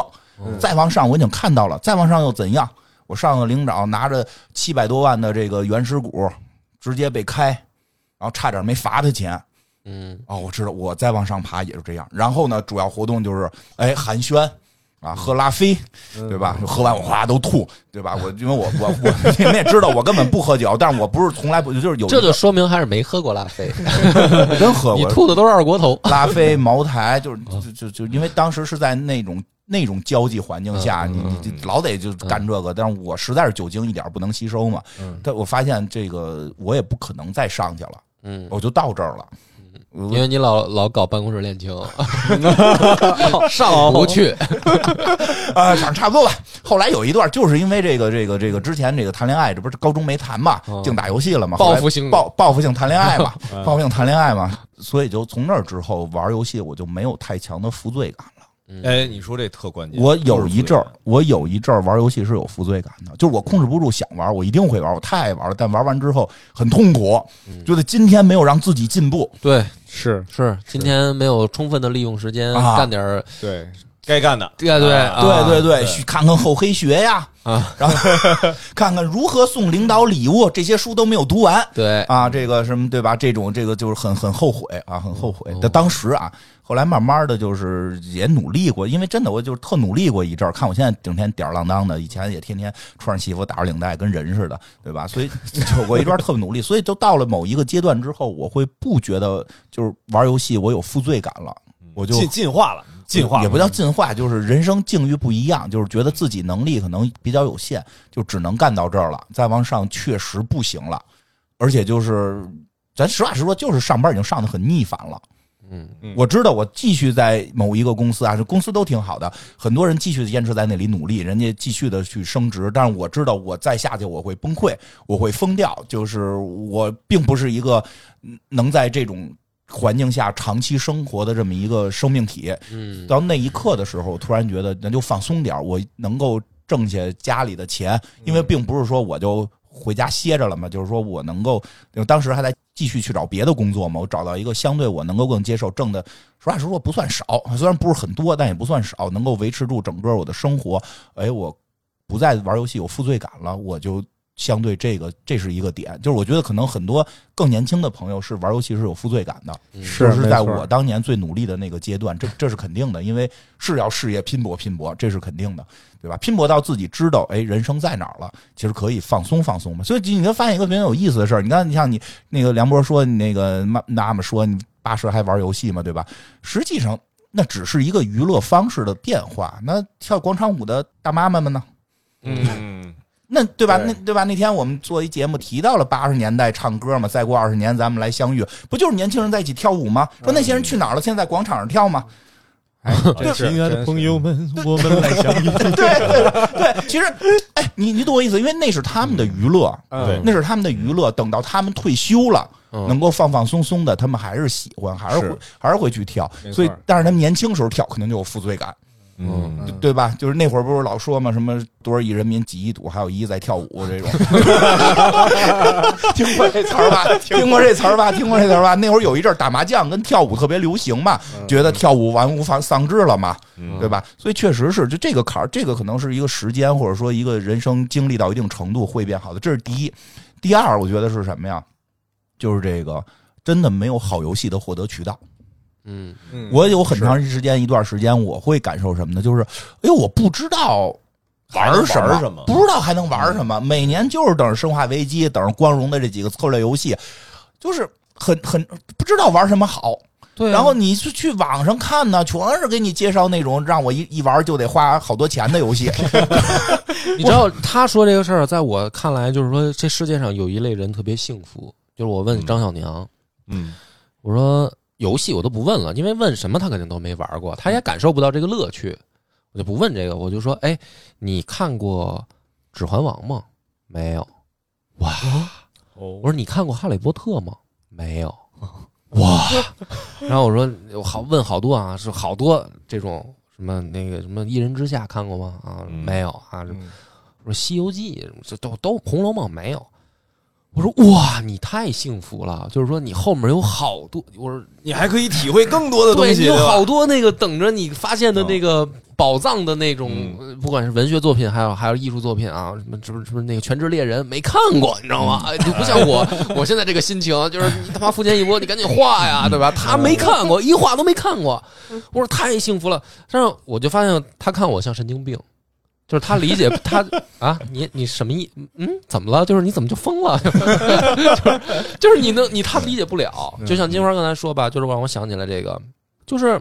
B: 再往上我已经看到了，再往上又怎样？我上个领导拿着七百多万的这个原始股，直接被开，然后差点没罚他钱。
A: 嗯，
B: 哦，我知道，我再往上爬也是这样。然后呢，主要活动就是哎寒暄啊，喝拉菲，对吧？喝完我哗都吐，对吧？我因为我我我你们也知道，我根本不喝酒，但是我不是从来不就是有
A: 这就说明还是没喝过拉 菲，
B: 我真喝
A: 你
B: 过
A: 吐的哦都是二锅头。
B: 拉菲、茅台，就是就就就因为当时是在那种。那种交际环境下，
A: 嗯
B: 你你你老得就干这个，但是我实在是酒精一点不能吸收嘛。但我发现这个我也不可能再上去了，
A: 嗯，
B: 我就到这儿了。我
A: 因为你老老搞办公室 恋情，
B: 哦
A: 上不去。
B: 啊，反正差不多吧。后来有一段，就是因为这个、这个、这个之前这个谈恋爱，这不是高中没谈嘛，净打游戏了嘛，
A: 哦报复
B: 后来
A: 性嗯
B: 报报复性谈恋爱 嘛，报复性谈恋爱嘛，所以就从那儿之后玩游戏，我就没有太强的负罪感了。
D: 哎，你说这特关键。
B: 我有一阵儿，我有一阵儿玩游戏是有负罪感的，就是我控制不住想玩，我一定会玩，我太爱玩了，但玩完之后很痛苦，
A: 嗯
B: 觉得今天没有让自己进步，
A: 对，
C: 是
A: 是今天没有充分的利用时间
B: 啊
A: 干点儿，
C: 对，
D: 该干的，
A: 对对
D: 啊
A: 啊
B: 对对对，去看看厚黑学呀，
A: 啊，
B: 然后 看看如何送领导礼物，这些书都没有读完。
A: 对，
B: 啊，这个什么对吧？这种这个就是很很后悔啊，很后悔。但当时啊，后来慢慢的就是也努力过，因为真的我就是特努力过一阵儿。看我现在整天吊儿郎当的，以前也天天穿着西服打着领带跟人似的，对吧？所以就我一段儿特别努力，所以就到了某一个阶段之后，我会不觉得就是玩游戏我有负罪感了，我就
D: 进进化了，进化了嗯
B: 也不叫进化，就是人生境遇不一样，就是觉得自己能力可能比较有限，就只能干到这儿了，再往上确实不行了。而且就是，咱实话实说，就是上班已经上的很逆反了。
A: 嗯，
C: 嗯
B: 我知道我继续在某一个公司啊，这公司都挺好的，很多人继续坚持在那里努力，人家继续的去升职，但是我知道我再下去我会崩溃，我会疯掉，就是我并不是一个嗯能在这种。环境下长期生活的这么一个生命体。
A: 嗯，
B: 到那一刻的时候，我突然觉得那就放松点儿，我能够挣下家里的钱，因为并不是说我就回家歇着了嘛，就是说我能够，因嗯为当时还在继续去找别的工作嘛，我找到一个相对我能够更接受挣的，实话实说不算少，虽然不是很多，但也不算少，能够维持住整个我的生活。哎，我不再玩游戏有负罪感了，我就。相对这个，这是一个点，就是我觉得可能很多更年轻的朋友是玩游戏是有负罪感的，
A: 嗯
C: 是
B: 就是
C: 没
B: 在
C: 错
B: 我当年最努力的那个阶段，这这是肯定的，因为是要事业拼搏拼搏，这是肯定的，对吧？拼搏到自己知道，哎，人生在哪儿了，其实可以放松放松嘛。所以你就发现一个很有意思的事儿，你看，你像你那个梁博说，你那个妈妈妈说你八十还玩游戏嘛，对吧？实际上那只是一个娱乐方式的变化。那跳广场舞的大妈妈们呢？
D: 嗯，
B: 那对吧？
D: 对
B: 那对吧？那天我们做一节目提到了八十年代唱歌嘛，再过二十年咱们来相遇，不就是年轻人在一起跳舞吗？说那些人去哪儿了？现在在广场上跳吗？
C: 哎，
D: 对，
C: 真是
D: 亲爱的朋，友们，我们 来相遇。
B: 对对对，其实，哎，你你懂我意思，因为那是他们的娱乐，
C: 真
D: 对
C: 是嗯
B: 那是他们的娱乐。等到他们退休了，
A: 嗯
B: 能够放放松松的，他们还是喜欢，还是会
D: 是
B: 还是会去跳。
C: 没错
B: 所以，但是他们年轻时候跳，可能就有负罪感。
D: 嗯，
C: 嗯
B: 对吧？就是那会儿不是老说嘛，什么多少亿人民几亿赌，还有一亿在跳舞这种。 听过这词儿吧？ 听过这词儿吧？听过这词儿吧？那会儿有一阵儿打麻将跟跳舞特别流行嘛，觉得跳舞玩物丧丧志了嘛，
D: 嗯
B: 对吧？所以确实是，就这个坎儿，这个可能是一个时间或者说一个人生经历到一定程度会变好的，这是第一。第二，我觉得是什么呀？就是这个真的没有好游戏的获得渠道。
A: 嗯
C: 嗯
B: 我有很长时间一段时间，我会感受什么呢？就是，哎呦，我不知道
D: 还能
B: 玩什
D: 玩什么
B: 不知道还能玩什么。每年就是等着《生化危机》，等着《光荣》的这几个策略游戏，就是很很不知道玩什么好。
A: 对啊
B: 然后你去去网上看呢，全是给你介绍那种让我一一玩就得花好多钱的游戏。
A: 你知道他说这个事儿，在我看来，就是说这世界上有一类人特别幸福。就是我问张小娘，
D: 嗯，
A: 我说游戏我都不问了，因为问什么他肯定都没玩过，他也感受不到这个乐趣，我就不问这个，我就说，哎，你看过《指环王》吗？没有。哇，
D: 我
A: 我说你看过《哈利波特》吗？没有。哇，然后我说我好问好多啊，是好多这种什么那个什么《一人之下》看过吗？啊，
D: 嗯
A: 没有啊，
C: 嗯
A: 我说《西游记》这都都《红楼梦》没有。我说哇，你太幸福了！就是说你后面有好多，我说
D: 你还可以体会更多的东
A: 对
D: 西，
A: 你有
D: 对吧
A: 好多那个等着你发现的那个宝藏的那种，
D: 嗯
A: 呃不管是文学作品，还有还有艺术作品啊，什么什么什么那个《全职猎人》没看过，你知道
D: 嗯
A: 吗？哎，就不像 我，我现在这个心情就是你他妈福建一波，你赶紧画呀，对吧？他
D: 嗯
A: 没看过，一画都没看过，我说太幸福了。但是我就发现他看我像神经病。就是他理解他啊，你你什么意？嗯，怎么了？就是你怎么就疯了？ 就是就是你能你他理解不了。
D: 嗯
A: 就像金花刚才说吧，就是让我想起来这个，就是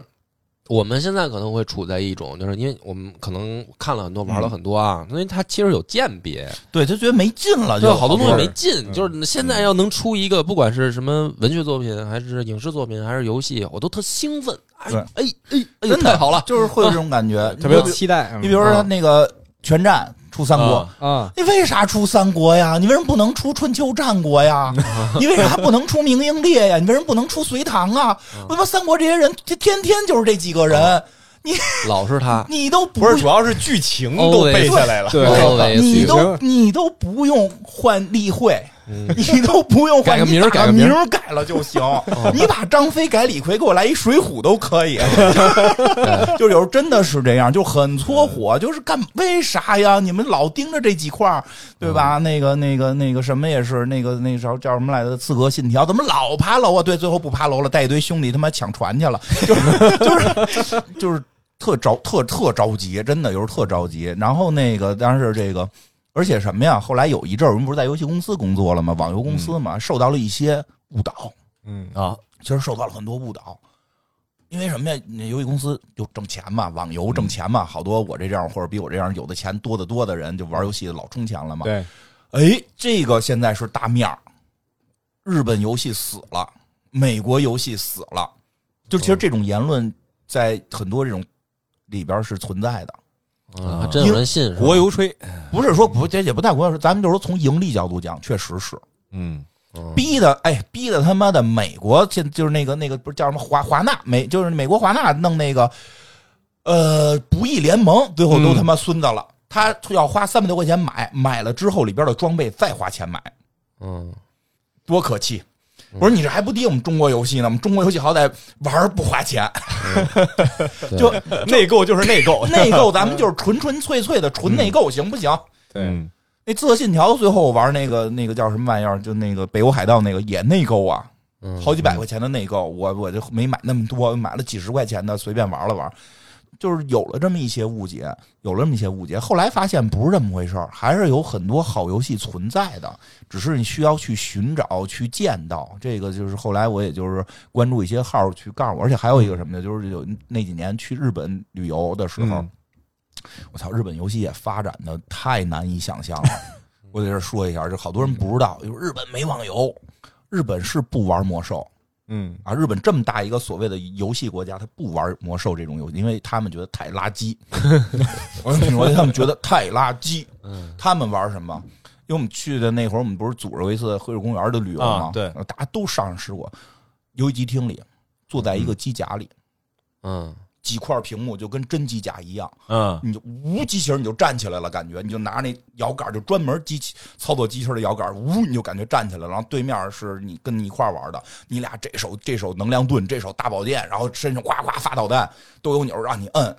A: 我们现在可能会处在一种，就是因为我们可能看了很多，玩
B: 嗯
A: 了很多啊，因为它其实有鉴别，
B: 对，就觉得没劲了，
A: 对，
B: 就
A: 好多东西没
B: 劲。
A: 劲。
B: 嗯
A: 就是现在要能出一个，不管是什么文学作品，还是影视作品，还是游戏，我都特兴奋。哎
B: 对
A: 哎哎哎呦，
B: 真的
A: 太好了！
B: 就是会有这种感觉。
C: 特别有
B: 你比
C: 期待。嗯
B: 你比如说那个《全战》出三国，
D: 啊
C: 啊，
B: 你为啥出三国呀？你为什么不能出春秋战国呀？ 你为啥不能出明英烈呀？你为什么不能出隋唐啊？
D: 嗯
B: 为什么三国这些人这天天就是这几个人？
A: 老是 他，哎
B: 你都不
D: 不是，主要是剧情都
A: Always
D: 背下来了。
C: 对
A: 对
B: 你
C: 对
B: 都
C: 对
B: 你都不用换例会，
A: 嗯
B: 你都不用换
A: 改个名儿
B: 你把
A: 改个名儿哦
B: 名儿改了就行。 你把张飞改李逵，给我来一水浒都 可以。就有时候真的是这样，就很搓
A: 嗯
B: 火，就是干为啥呀？你们老盯着这几块儿，对吧？
A: 嗯
B: 那个、那个、那个什么也是，那个那时候叫什么来着？刺客信条怎么老爬楼啊？对，最后不爬楼了，带一堆兄弟他妈抢船去了， 就是就是就是特着特特着急，真的有时候特着急。然后那个，但是这个。而且什么呀？后来有一阵儿，我们不是在游戏公司工作了吗？网游公司嘛，受到了一些误导，
C: 嗯
D: 啊，
B: 嗯其实受到了很多误导。因为什么呀？那游戏公司就挣钱嘛，网游挣钱嘛，好多我这样或者比我这样有的钱多得多的人，就玩游戏老充钱了嘛。
C: 对，
B: 哎，这个现在是大面儿，日本游戏死了，美国游戏死了，就其实这种言论在很多这种里边是存在的。
A: 啊，还真有人信是吧
D: 国邮吹，
B: 不是说不，这也不太关键，咱们就是说从盈利角度讲，确实是。
D: 嗯，
A: 嗯
B: 逼的，哎，逼的他妈的美国现就是那个那个不是叫什么华华纳美，就是美国华纳弄那个呃不义联盟，最后都
D: 嗯
B: 他妈孙子了。他要花三百多块钱买，买了之后里边的装备再花钱买，
A: 嗯，
B: 多可气！我说你这还不敌我们中国游戏呢？我们中国游戏好歹玩儿不花钱，
A: 对
B: 就
D: 内购就是内 购，
B: 内购咱们就是纯纯粹粹的纯内购，行不行？
C: 对，
D: 嗯
B: 那《刺客信条》最后玩那个那个叫什么玩意儿，就那个北欧海盗那个也内购啊，
A: 嗯
B: 好几百块钱的内购，我我就没买那么多，买了几十块钱的随便玩了玩，就是有了这么一些误解，有了这么一些误解，后来发现不是这么回事儿，还是有很多好游戏存在的，只是你需要去寻找、去见到。这个就是后来我也就是关注一些号去告诉我，而且还有一个什么呢，就是有那几年去日本旅游的时候，
D: 嗯
B: 我操，日本游戏也发展的太难以想象了。我在这儿说一下，就好多人不知道，就是日本没网游，日本是不玩魔兽
D: 嗯，
B: 啊。日本这么大一个所谓的游戏国家，他不玩魔兽这种游戏，因为他们觉得太垃圾。 我跟你说，他们觉得太垃圾。
A: 嗯
B: 他们玩什么？因为我们去的那会儿，我们不是组织过一次黑水公园的旅游吗
D: 啊？对，
B: 大家都上试过，游戏机厅里坐在一个机甲里，
A: 嗯
B: 几块屏幕就跟真机甲一样。
D: 嗯，
B: 你就无机器人你就站起来了，感觉你就拿那摇杆，就专门机器操作机器人的摇杆，呜你就感觉站起来了。然后对面是你跟你一块玩的，你俩这手这手能量盾，这手大宝剑，然后身上夸夸发导弹，都有钮让你摁。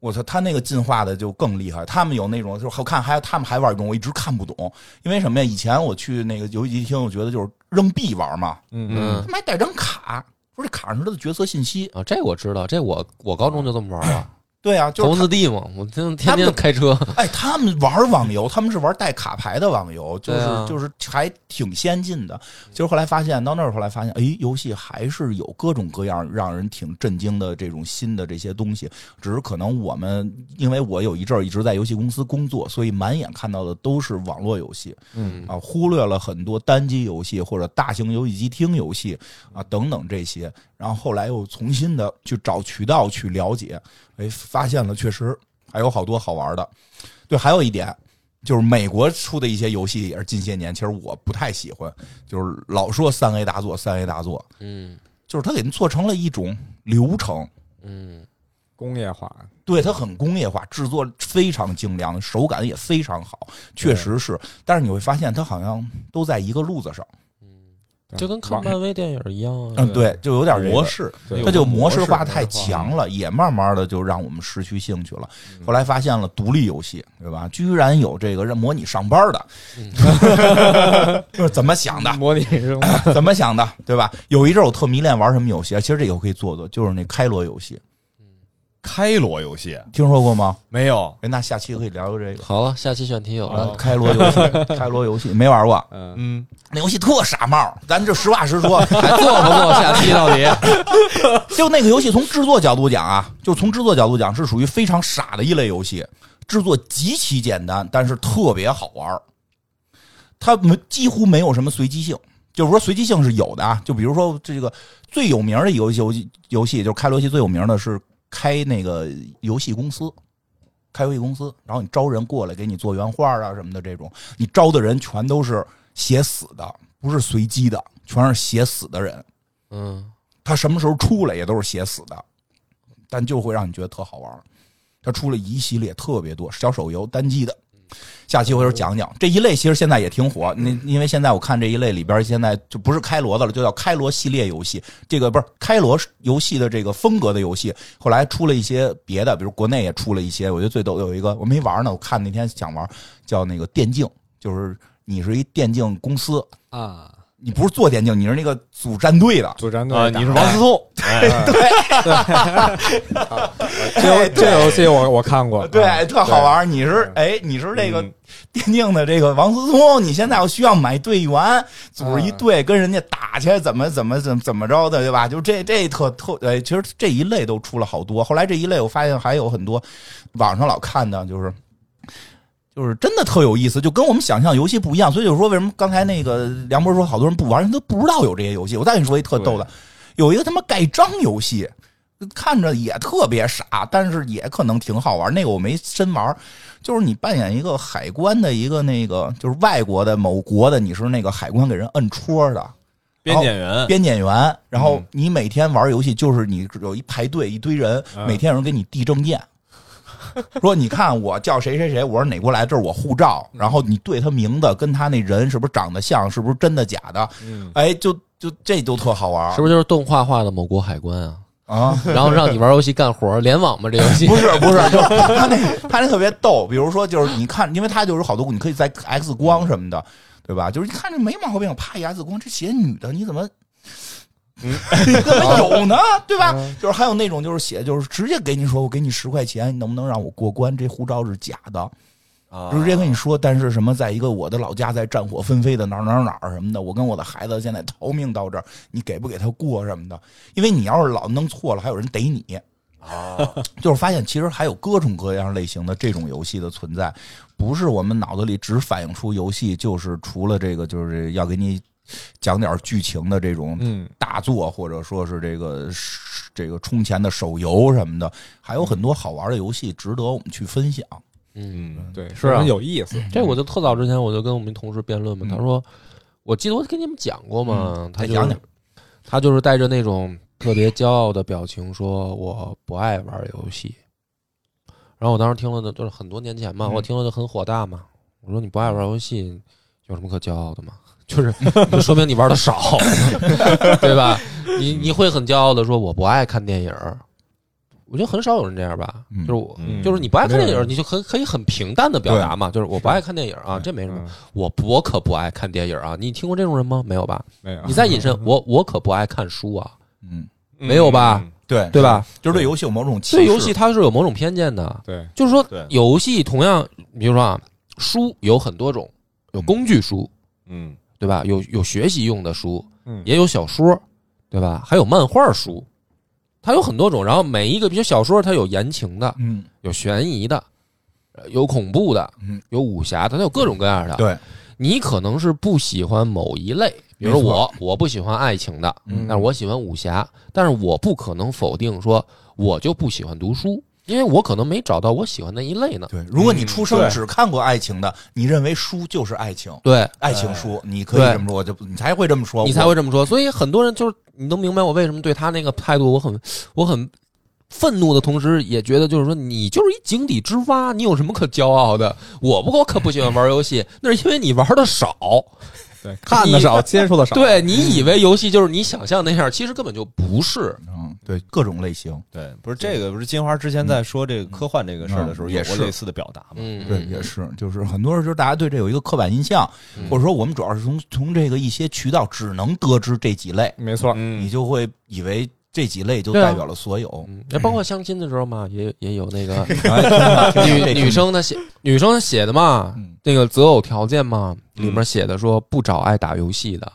B: 我操，他那个进化的就更厉害。他们有那种就是好看，还他们还玩一种我一直看不懂，因为什么呀？以前我去那个游戏机厅，我觉得就是扔币玩嘛，
A: 嗯
B: 他，妈还带张卡，说这卡上是他的角色信息。
A: 啊，这我知道，这我我高中就这么玩了，
B: 对啊，就是
A: 头文
B: 他
A: 字 D 嘛，我天
B: 他
A: 天天
B: 们
A: 开 车，
B: 哎，他们玩网游，他们是玩带卡牌的 网游，就是、
A: 对啊
B: 就是还挺先进的。其实后来发现，到那儿后来发现，哎，游戏还是有各种各样让人挺震惊的这种新的这些东西。只是可能我们，因为我有一阵儿一直在游戏公司工作，所以满眼看到的都是网络游戏
A: 嗯
B: 啊，忽略了很多单机游戏或者大型游戏机厅游戏啊等等这些。然后后来又重新的去找渠道去了解，哎，发现了确实还有好多好玩的。对，还有一点就是美国出的一些游戏也是近些年，其实我不太喜欢，就是老说三 A 大作，三 A 大作，
A: 嗯
B: 就是它给你做成了一种流程，
A: 嗯
C: 工业化，
B: 对它很工业化，制作非常精良，手感也非常好，确实是。但是你会发现，它好像都在一个路子上，
A: 就跟看
C: 网
A: 漫威电影一样啊，
B: 嗯，对，就有点这个
D: 模式，
C: 对
B: 它就模式
D: 式
B: 化太强了，也慢慢的就让我们失去兴趣了。后来发现了独立游戏，对吧？居然有这个让模拟上班的， 就是怎么想的？
C: 模拟生活，
B: 怎么想的，对吧？有一阵儿我特迷恋玩什么游戏啊？其实这个我可以做做，就是那开罗游戏，
D: 开罗游戏
B: 听说过吗？
D: 没有，
B: 哎，那下期可以聊聊这个。
A: 好了，下期选题有
B: 啊
A: 了，
B: 开罗游戏，开罗游戏没玩过，
C: 嗯，
D: 嗯，
B: 那游戏特傻帽，咱就实话实说，
A: 还做不做下期到底？
B: 就那个游戏从制作角度讲啊，就从制作角度讲是属于非常傻的一类游戏，制作极其简单，但是特别好玩儿它没几乎没有什么随机性，就是说随机性是有的啊。就比如说这个最有名的一个游戏游戏游戏，就是开游戏最有名的是开那个游戏公司。开游戏公司，然后你招人过来给你做原画啊什么的，这种你招的人全都是写死的，不是随机的，全是写死的人。
A: 嗯
B: 他什么时候出来也都是写死的，但就会让你觉得特好玩儿。他出了一系列特别多小手游单机的，下期回头讲讲这一类，其实现在也挺火。那因为现在我看这一类里边，现在就不是开罗的了，就叫开罗系列游戏。这个不是开罗游戏的这个风格的游戏，后来出了一些别的，比如国内也出了一些。我觉得最逗的有一个我没玩呢，我看那天想玩，叫那个电竞，就是你是一电竞公司，
C: 啊，
B: 你不是做电竞，你是那个组战队的。
C: 主战队
D: 啊，
C: 打啊
D: 你是王思聪， 哎
C: 这这游戏我我看过，
B: 对，
C: 啊
B: 特好玩。儿。你是
C: 对
B: 哎，你是这个
D: 嗯
B: 电竞的这个王思聪，你现在我需要买队员，组织一队跟人家打去，怎么怎么怎么怎么着的，对吧？就这这特特哎，其实这一类都出了好多。后来这一类我发现还有很多网上老看的，就是。就是真的特有意思，就跟我们想象游戏不一样，所以就是说，为什么刚才那个梁博说好多人不玩，人都不知道有这些游戏。我再跟你说一特逗的，有一个他妈盖章游戏，看着也特别傻，但是也可能挺好玩。那个我没深玩，就是你扮演一个海关的一个那个，就是外国的某国的，你是那个海关给人摁戳的。
D: 编检员，
B: 编检员，然后
A: 嗯
B: 你每天玩游戏就是你有一排队一堆人，
D: 嗯
B: 每天有人给你递证件， 说你看我叫谁谁谁，我是哪国来，这是我护照，
A: 嗯
B: 然后你对他名字跟他那人是不是长得像，是不是真的假的，
C: 嗯，
B: 哎，就就这都特好玩
A: 是不是就是动画化的某国海关啊？
B: 啊。
A: 然后让你玩游戏干活，联网吗？这游戏
B: 不是不是，就是他那他那特别逗，比如说就是你看，因为他就是好多，你可以在 X 光什么的，对吧？就是一看这没毛病，啪一 X 光，这写女的你怎么？你 怎么有呢？对吧？就是还有那种就是写就是直接给你说，我给你十块钱，你能不能让我过关？这护照是假的，
D: 啊
B: 直接跟你说。但是什么，在一个我的老家在战火纷飞的哪儿哪儿哪儿什么的，我跟我的孩子现在逃命到这儿，你给不给他过什么的？因为你要是老弄错了，还有人逮你。 就是发现其实还有各种各样类型的这种游戏的存在，不是我们脑子里只反映出游戏，就是除了这个，就是要给你讲点剧情的这种
C: 嗯
B: 大作，或者说是这个这个充钱的手游什么的，还
A: 嗯
B: 有很多好玩的游戏值得我们去分享。
D: 嗯，
C: 对，
A: 是啊
C: 很有意思。
A: 这我就特早之前我就跟我们同事辩论嘛，
B: 嗯
A: 他说，我记得我跟你们讲过嘛，他就
B: 再讲讲
A: 他就是带着那种特别骄傲的表情说我不爱玩游戏，然后我当时听了的就是很多年前嘛，
B: 嗯
A: 我听了就很火大嘛，我说你不爱玩游戏有什么可骄傲 的吗？就是就说明你玩的少，对吧？你你会很骄傲的说我不爱看电影儿，我觉得很少有人这样吧，
B: 嗯
A: 就是我。
D: 嗯
A: 就是你不爱看电
C: 没有
A: 影，
C: 人
A: 你就很可以很平淡的表达嘛，就是我不爱看电影啊，
B: 对
A: 这没什么。
C: 嗯，
A: 我不我可不爱看电影啊，你听过这种人吗？没有吧？
C: 没有啊
A: 你再引申，我我可不爱看书啊，
B: 嗯，
A: 没有吧
D: 嗯？
B: 对，
A: 对吧？
B: 就是对游戏有某种歧视。
A: 对游戏它是有某种偏见的，
C: 对，
A: 就是说
D: 对
A: 游戏同样，比如说啊，书有很多种，有工具书，
D: 嗯，
A: 对吧？有有学习用的书，
C: 嗯，
A: 也有小说，对吧？还有漫画书，它有很多种。然后每一个，比如小说，它有言情的，
B: 嗯，
A: 有悬疑的，呃有恐怖的
B: 嗯，
A: 有武侠的，它有各种各样的。
B: 对，
A: 你可能是不喜欢某一类，比如说
B: 没错
A: 我，我不喜欢爱情的，
B: 嗯
A: 但是我喜欢武侠，但是我不可能否定说我就不喜欢读书，因为我可能没找到我喜欢那一类呢。
B: 对。如果
A: 嗯
B: 你出生
D: 对
B: 只看过爱情的，你认为书就是爱情，
A: 对
B: 爱情书，你可以
A: 对
B: 这么说，我就你才会这么说，
A: 你
B: 我
A: 才会这么说，所以很多人就是你能明白我为什么对他那个态度，我很我很愤怒的同时，也觉得就是说你就是一井底之蛙，你有什么可骄傲的？我不我可不喜欢玩游戏，那是因为你玩的少，
C: 对，看的少，接触的少，
A: 对
D: 嗯
A: 你以为游戏就是你想象那样，其实根本就不是。
B: 嗯，对各种类型。
D: 对，不是这个，不是金花之前在说这个科幻这个事儿的时候，
B: 嗯
D: 有
B: 也
D: 过
B: 是
D: 类似的表达嘛？
A: 嗯，
B: 对，也是，就是很多人就是大家对这有一个刻板印象，
A: 嗯
B: 或者说我们主要是从从这个一些渠道只能得知这几类，
C: 没错，
D: 嗯
B: 你就会以为这几类就
A: 对啊
B: 代表了所有。
A: 嗯，那包括相亲的时候嘛，也也有那 个
B: 哎 听听这
A: 女女生她写女生写的嘛
B: 嗯，
A: 那个择偶条件嘛，里面
D: 嗯
A: 写的说不找爱打游戏的，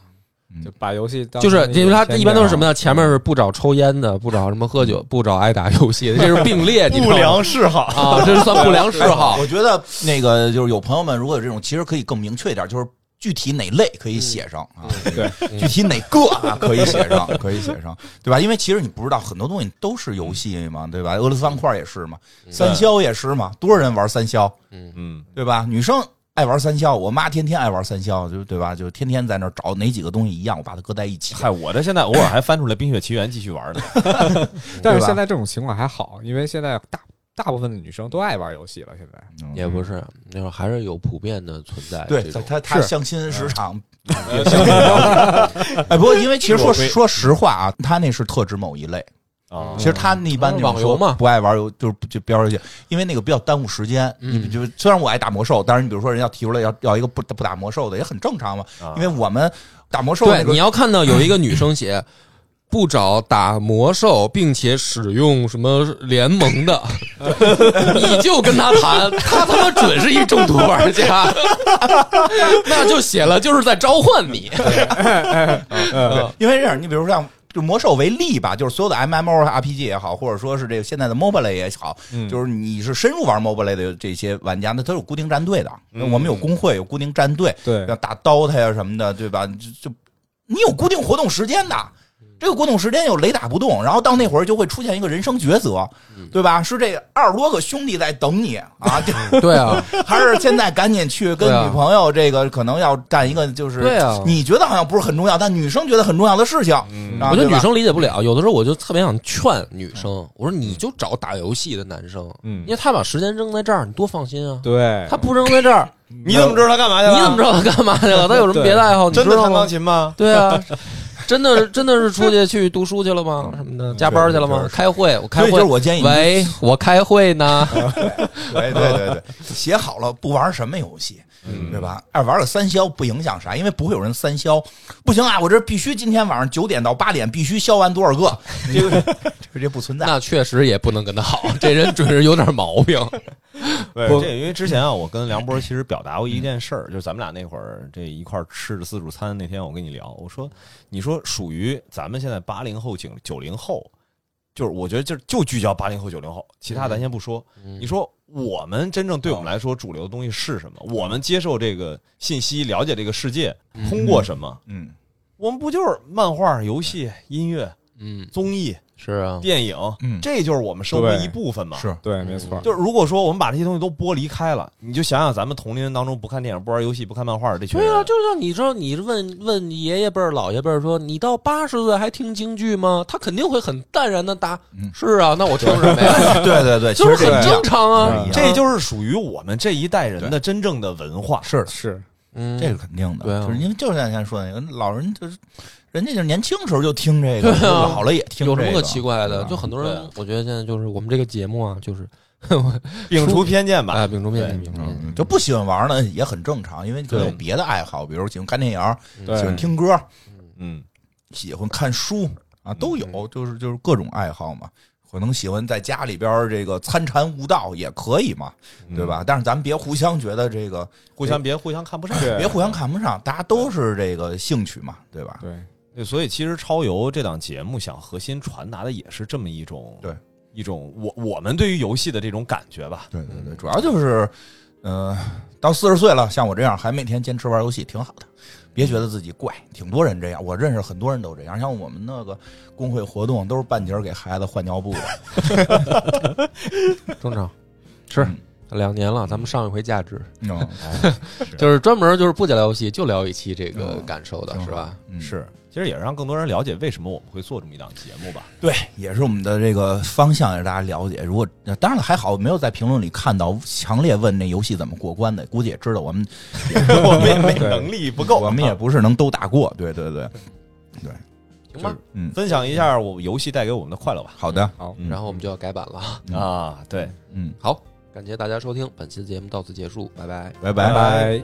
C: 就把游戏当
A: 就是因为他一
D: 啊
A: 般都是什么
C: 呢？
A: 呢？前面是不找抽烟的，不找什么喝酒，不找爱打游戏的， 这是并列，你知
D: 嗯不
A: 道吗
D: 良嗜好，
A: 啊，这是算不良嗜好。
B: 哎我觉得那个就是有朋友们如果有这种，其实可以更明确一点，就是具体哪类可以写上啊，
C: 对，
B: 具体哪个啊可以写上，可以写上，对吧？因为其实你不知道很多东西都是游戏嘛，对吧？俄罗斯方块也是嘛，三消也是嘛，多少人玩三消？
D: 嗯，
B: 对吧？女生爱玩三消，我妈天天爱玩三消，就对吧？就天天在那儿找哪几个东西一样，我把它搁在一起。
D: 嗨，我这现在偶尔还翻出来《冰雪奇缘》继续玩呢。
C: 但
B: 对
C: 是
B: 吧
C: 现在这种情况还好，因为现在大大部分的女生都爱玩游戏了。现在
B: 嗯
A: 也不是，那会儿还是有普遍的存在。
B: 对，
A: 哎这
B: 他
A: 种嗯
B: 他他
C: 是
B: 相亲市场， 哎，不过因为其实说
D: 裸归
B: 说实话啊，他那是特指某一类。
D: 啊
B: 其，实他那一般
A: 嗯
B: 那种
A: 网游嘛
B: 不爱玩游就是不就不要游戏，因为那个比较耽误时间。
A: 嗯
B: 你就虽然我爱打魔兽，但是你比如说人要提出来要要一个不不打魔兽的也很正常嘛，因为我们打魔兽
A: 啊对
B: 那个
A: 你要看到有一个女生写。不找打魔兽，并且使用什么联盟的，你就跟他谈，他他妈准是一中途玩家， 那就写了就是在召唤你。
B: 因为这样，你比如像就魔兽为例吧，就是所有的 MMO、RPG 也好，或者说是这个现在的 MOBA 类也好，
A: 嗯
B: 就是你是深入玩 MOBA 类的这些玩家，那都有固定战队的。
D: 嗯
B: 我们有工会，有固定战队，
C: 对
B: 要打 DOTA 呀什么的，对吧？就就你有固定活动时间的。这个滚动时间又雷打不动，然后到那会儿就会出现一个人生抉择
A: 嗯，
B: 对吧？是这二十多个兄弟在等你啊， 就
A: 对啊，
B: 还是现在赶紧去跟
A: 对啊
B: 女朋友这个可能要干一个就是
A: 对啊
B: 你觉得好像不是很重要，但女生觉得很重要的事情。
D: 嗯
B: 啊
A: 我觉得
B: 对吧
A: 女生理解不了，有的时候我就特别想劝女生，我说你就找打游戏的男生，
C: 嗯
A: 因为他把时间扔在这儿，你多放心啊。
C: 对，
A: 他不扔在这儿，
D: 你怎么知道他干嘛去了？
A: 你怎么知道他干嘛去了？他有什么别的爱好？你
D: 啊真
A: 知
D: 的
A: 道
D: 弹
A: 吗
D: 钢？琴吗？
A: 对 啊，真的真的是出去去读书去了吗？什么的，加班去了
B: 是
A: 吗
B: 是？
A: 开会，我开
B: 所以就是
A: 会。
B: 我建议你，
A: 喂，我开会呢。
B: 对对对对，写好了不玩什么游戏，对吧？爱玩个三消不影响啥，因为不会有人三消。不行啊，我这必须今天晚上九点到八点必须消完多少个，这个这这不存 在。
A: 那确实也不能跟他 好，这人准是有点毛病。
D: 对，
C: 不
D: 这因为之前啊，我跟梁波其实表达过一件事儿，就是咱们俩那会儿这一块儿吃着自助餐那天，我跟你聊，我说你说属于咱们现在八零后、九九零后，就是我觉得就就聚焦八零后、九零后，其他咱先不说。你说我们真正对我们来说主流的东西是什么？我们接受这个信息、了解这个世界，通过什么？
B: 嗯，
D: 我们不就是漫画、游戏、音乐、
A: 嗯，
D: 综艺、
A: 是啊，
D: 电影？
B: 嗯
D: 这就是我们生活
C: 对
D: 一部分嘛。
B: 是
C: 对，没错，
D: 就是如果说我们把这些东西都剥离开了，你就想想咱们同龄人当中不看电影、不玩游戏、不看漫画的这群
A: 对
D: 人，
A: 啊，就像你知道，你问问爷爷辈儿、姥爷辈儿说，你到八十岁还听京剧吗？他肯定会很淡然的答
B: 嗯，
A: 是啊，那我听什么呀？
B: 对对对， 其
A: 就
B: 实
A: 是
B: 这
A: 很
B: 一样哎
A: 正常啊
C: 对，
D: 这就是属于我们这一代人的真正的文化。
B: 是的，
C: 是
A: 嗯
B: 这是肯定的，
A: 对啊
B: 就是因为就是像咱说的，老人就是人家就是年轻时候就听 这个，
A: 对啊
B: 老了也听、这
A: 有
B: 个，
A: 什么可奇怪的？
B: 对吧
A: 就很多
D: 对
A: 人
D: 啊，
A: 我觉得现在就是我们这个节目啊，就是
D: 摒除偏见吧，
A: 哎，秉烛面
D: 对
A: 前，秉烛面前
B: 嗯就不喜欢玩呢也很正常，因为可能有
D: 对
B: 别的爱好，比如喜欢看电影、
C: 对
B: 喜欢听歌、
D: 嗯，
B: 喜欢看书啊，都有，就是就是各种爱好嘛。可能喜欢在家里边儿这个参禅悟道也可以嘛，嗯对吧？但是咱们别互相觉得这 个，
D: 嗯互相别互相看不上。
C: 对
B: 别互相看不上，大家都是这个兴趣嘛，对吧？
C: 对，
D: 对，所以其实《超游》这档节目想核心传达的也是这么一种
B: 对
D: 一种我我们对于游戏的这种感觉吧。
B: 对对对，主要就是，呃，到四十岁了，像我这样还每天坚持玩游戏，挺好的。别觉得自己怪，挺多人这样，我认识很多人都这样。像我们那个工会活动，都是半截儿给孩子换尿布的。
A: 正常。是
B: 嗯
A: 两年了，咱们上一回价值
B: 你知道吗
A: 就是专门就是不聊游戏，就聊一期这个
B: 嗯
A: 感受的
B: 挺
A: 是
B: 好
A: 吧？
B: 嗯
D: 是，其实也让更多人了解为什么我们会做这么一档节目 吧。
B: 对，也是我们的这个方向，让大家了解。如果当然了，还好没有在评论里看到强烈问那游戏怎么过关的，估计也知道我们
D: 我们也没
C: 对
D: 能力不够，啊
B: 我们也不是能都打过。对对对，
A: 行吧。
B: 嗯，
D: 分享一下我游戏带给我们的快乐吧。
B: 好的，
C: 好，
B: 嗯
A: 然后我们就要改版了啊。
B: 嗯
D: 啊，对。
B: 嗯，
A: 好，感谢大家收听，本期节目到此结束，拜拜。
B: 拜拜
C: 拜。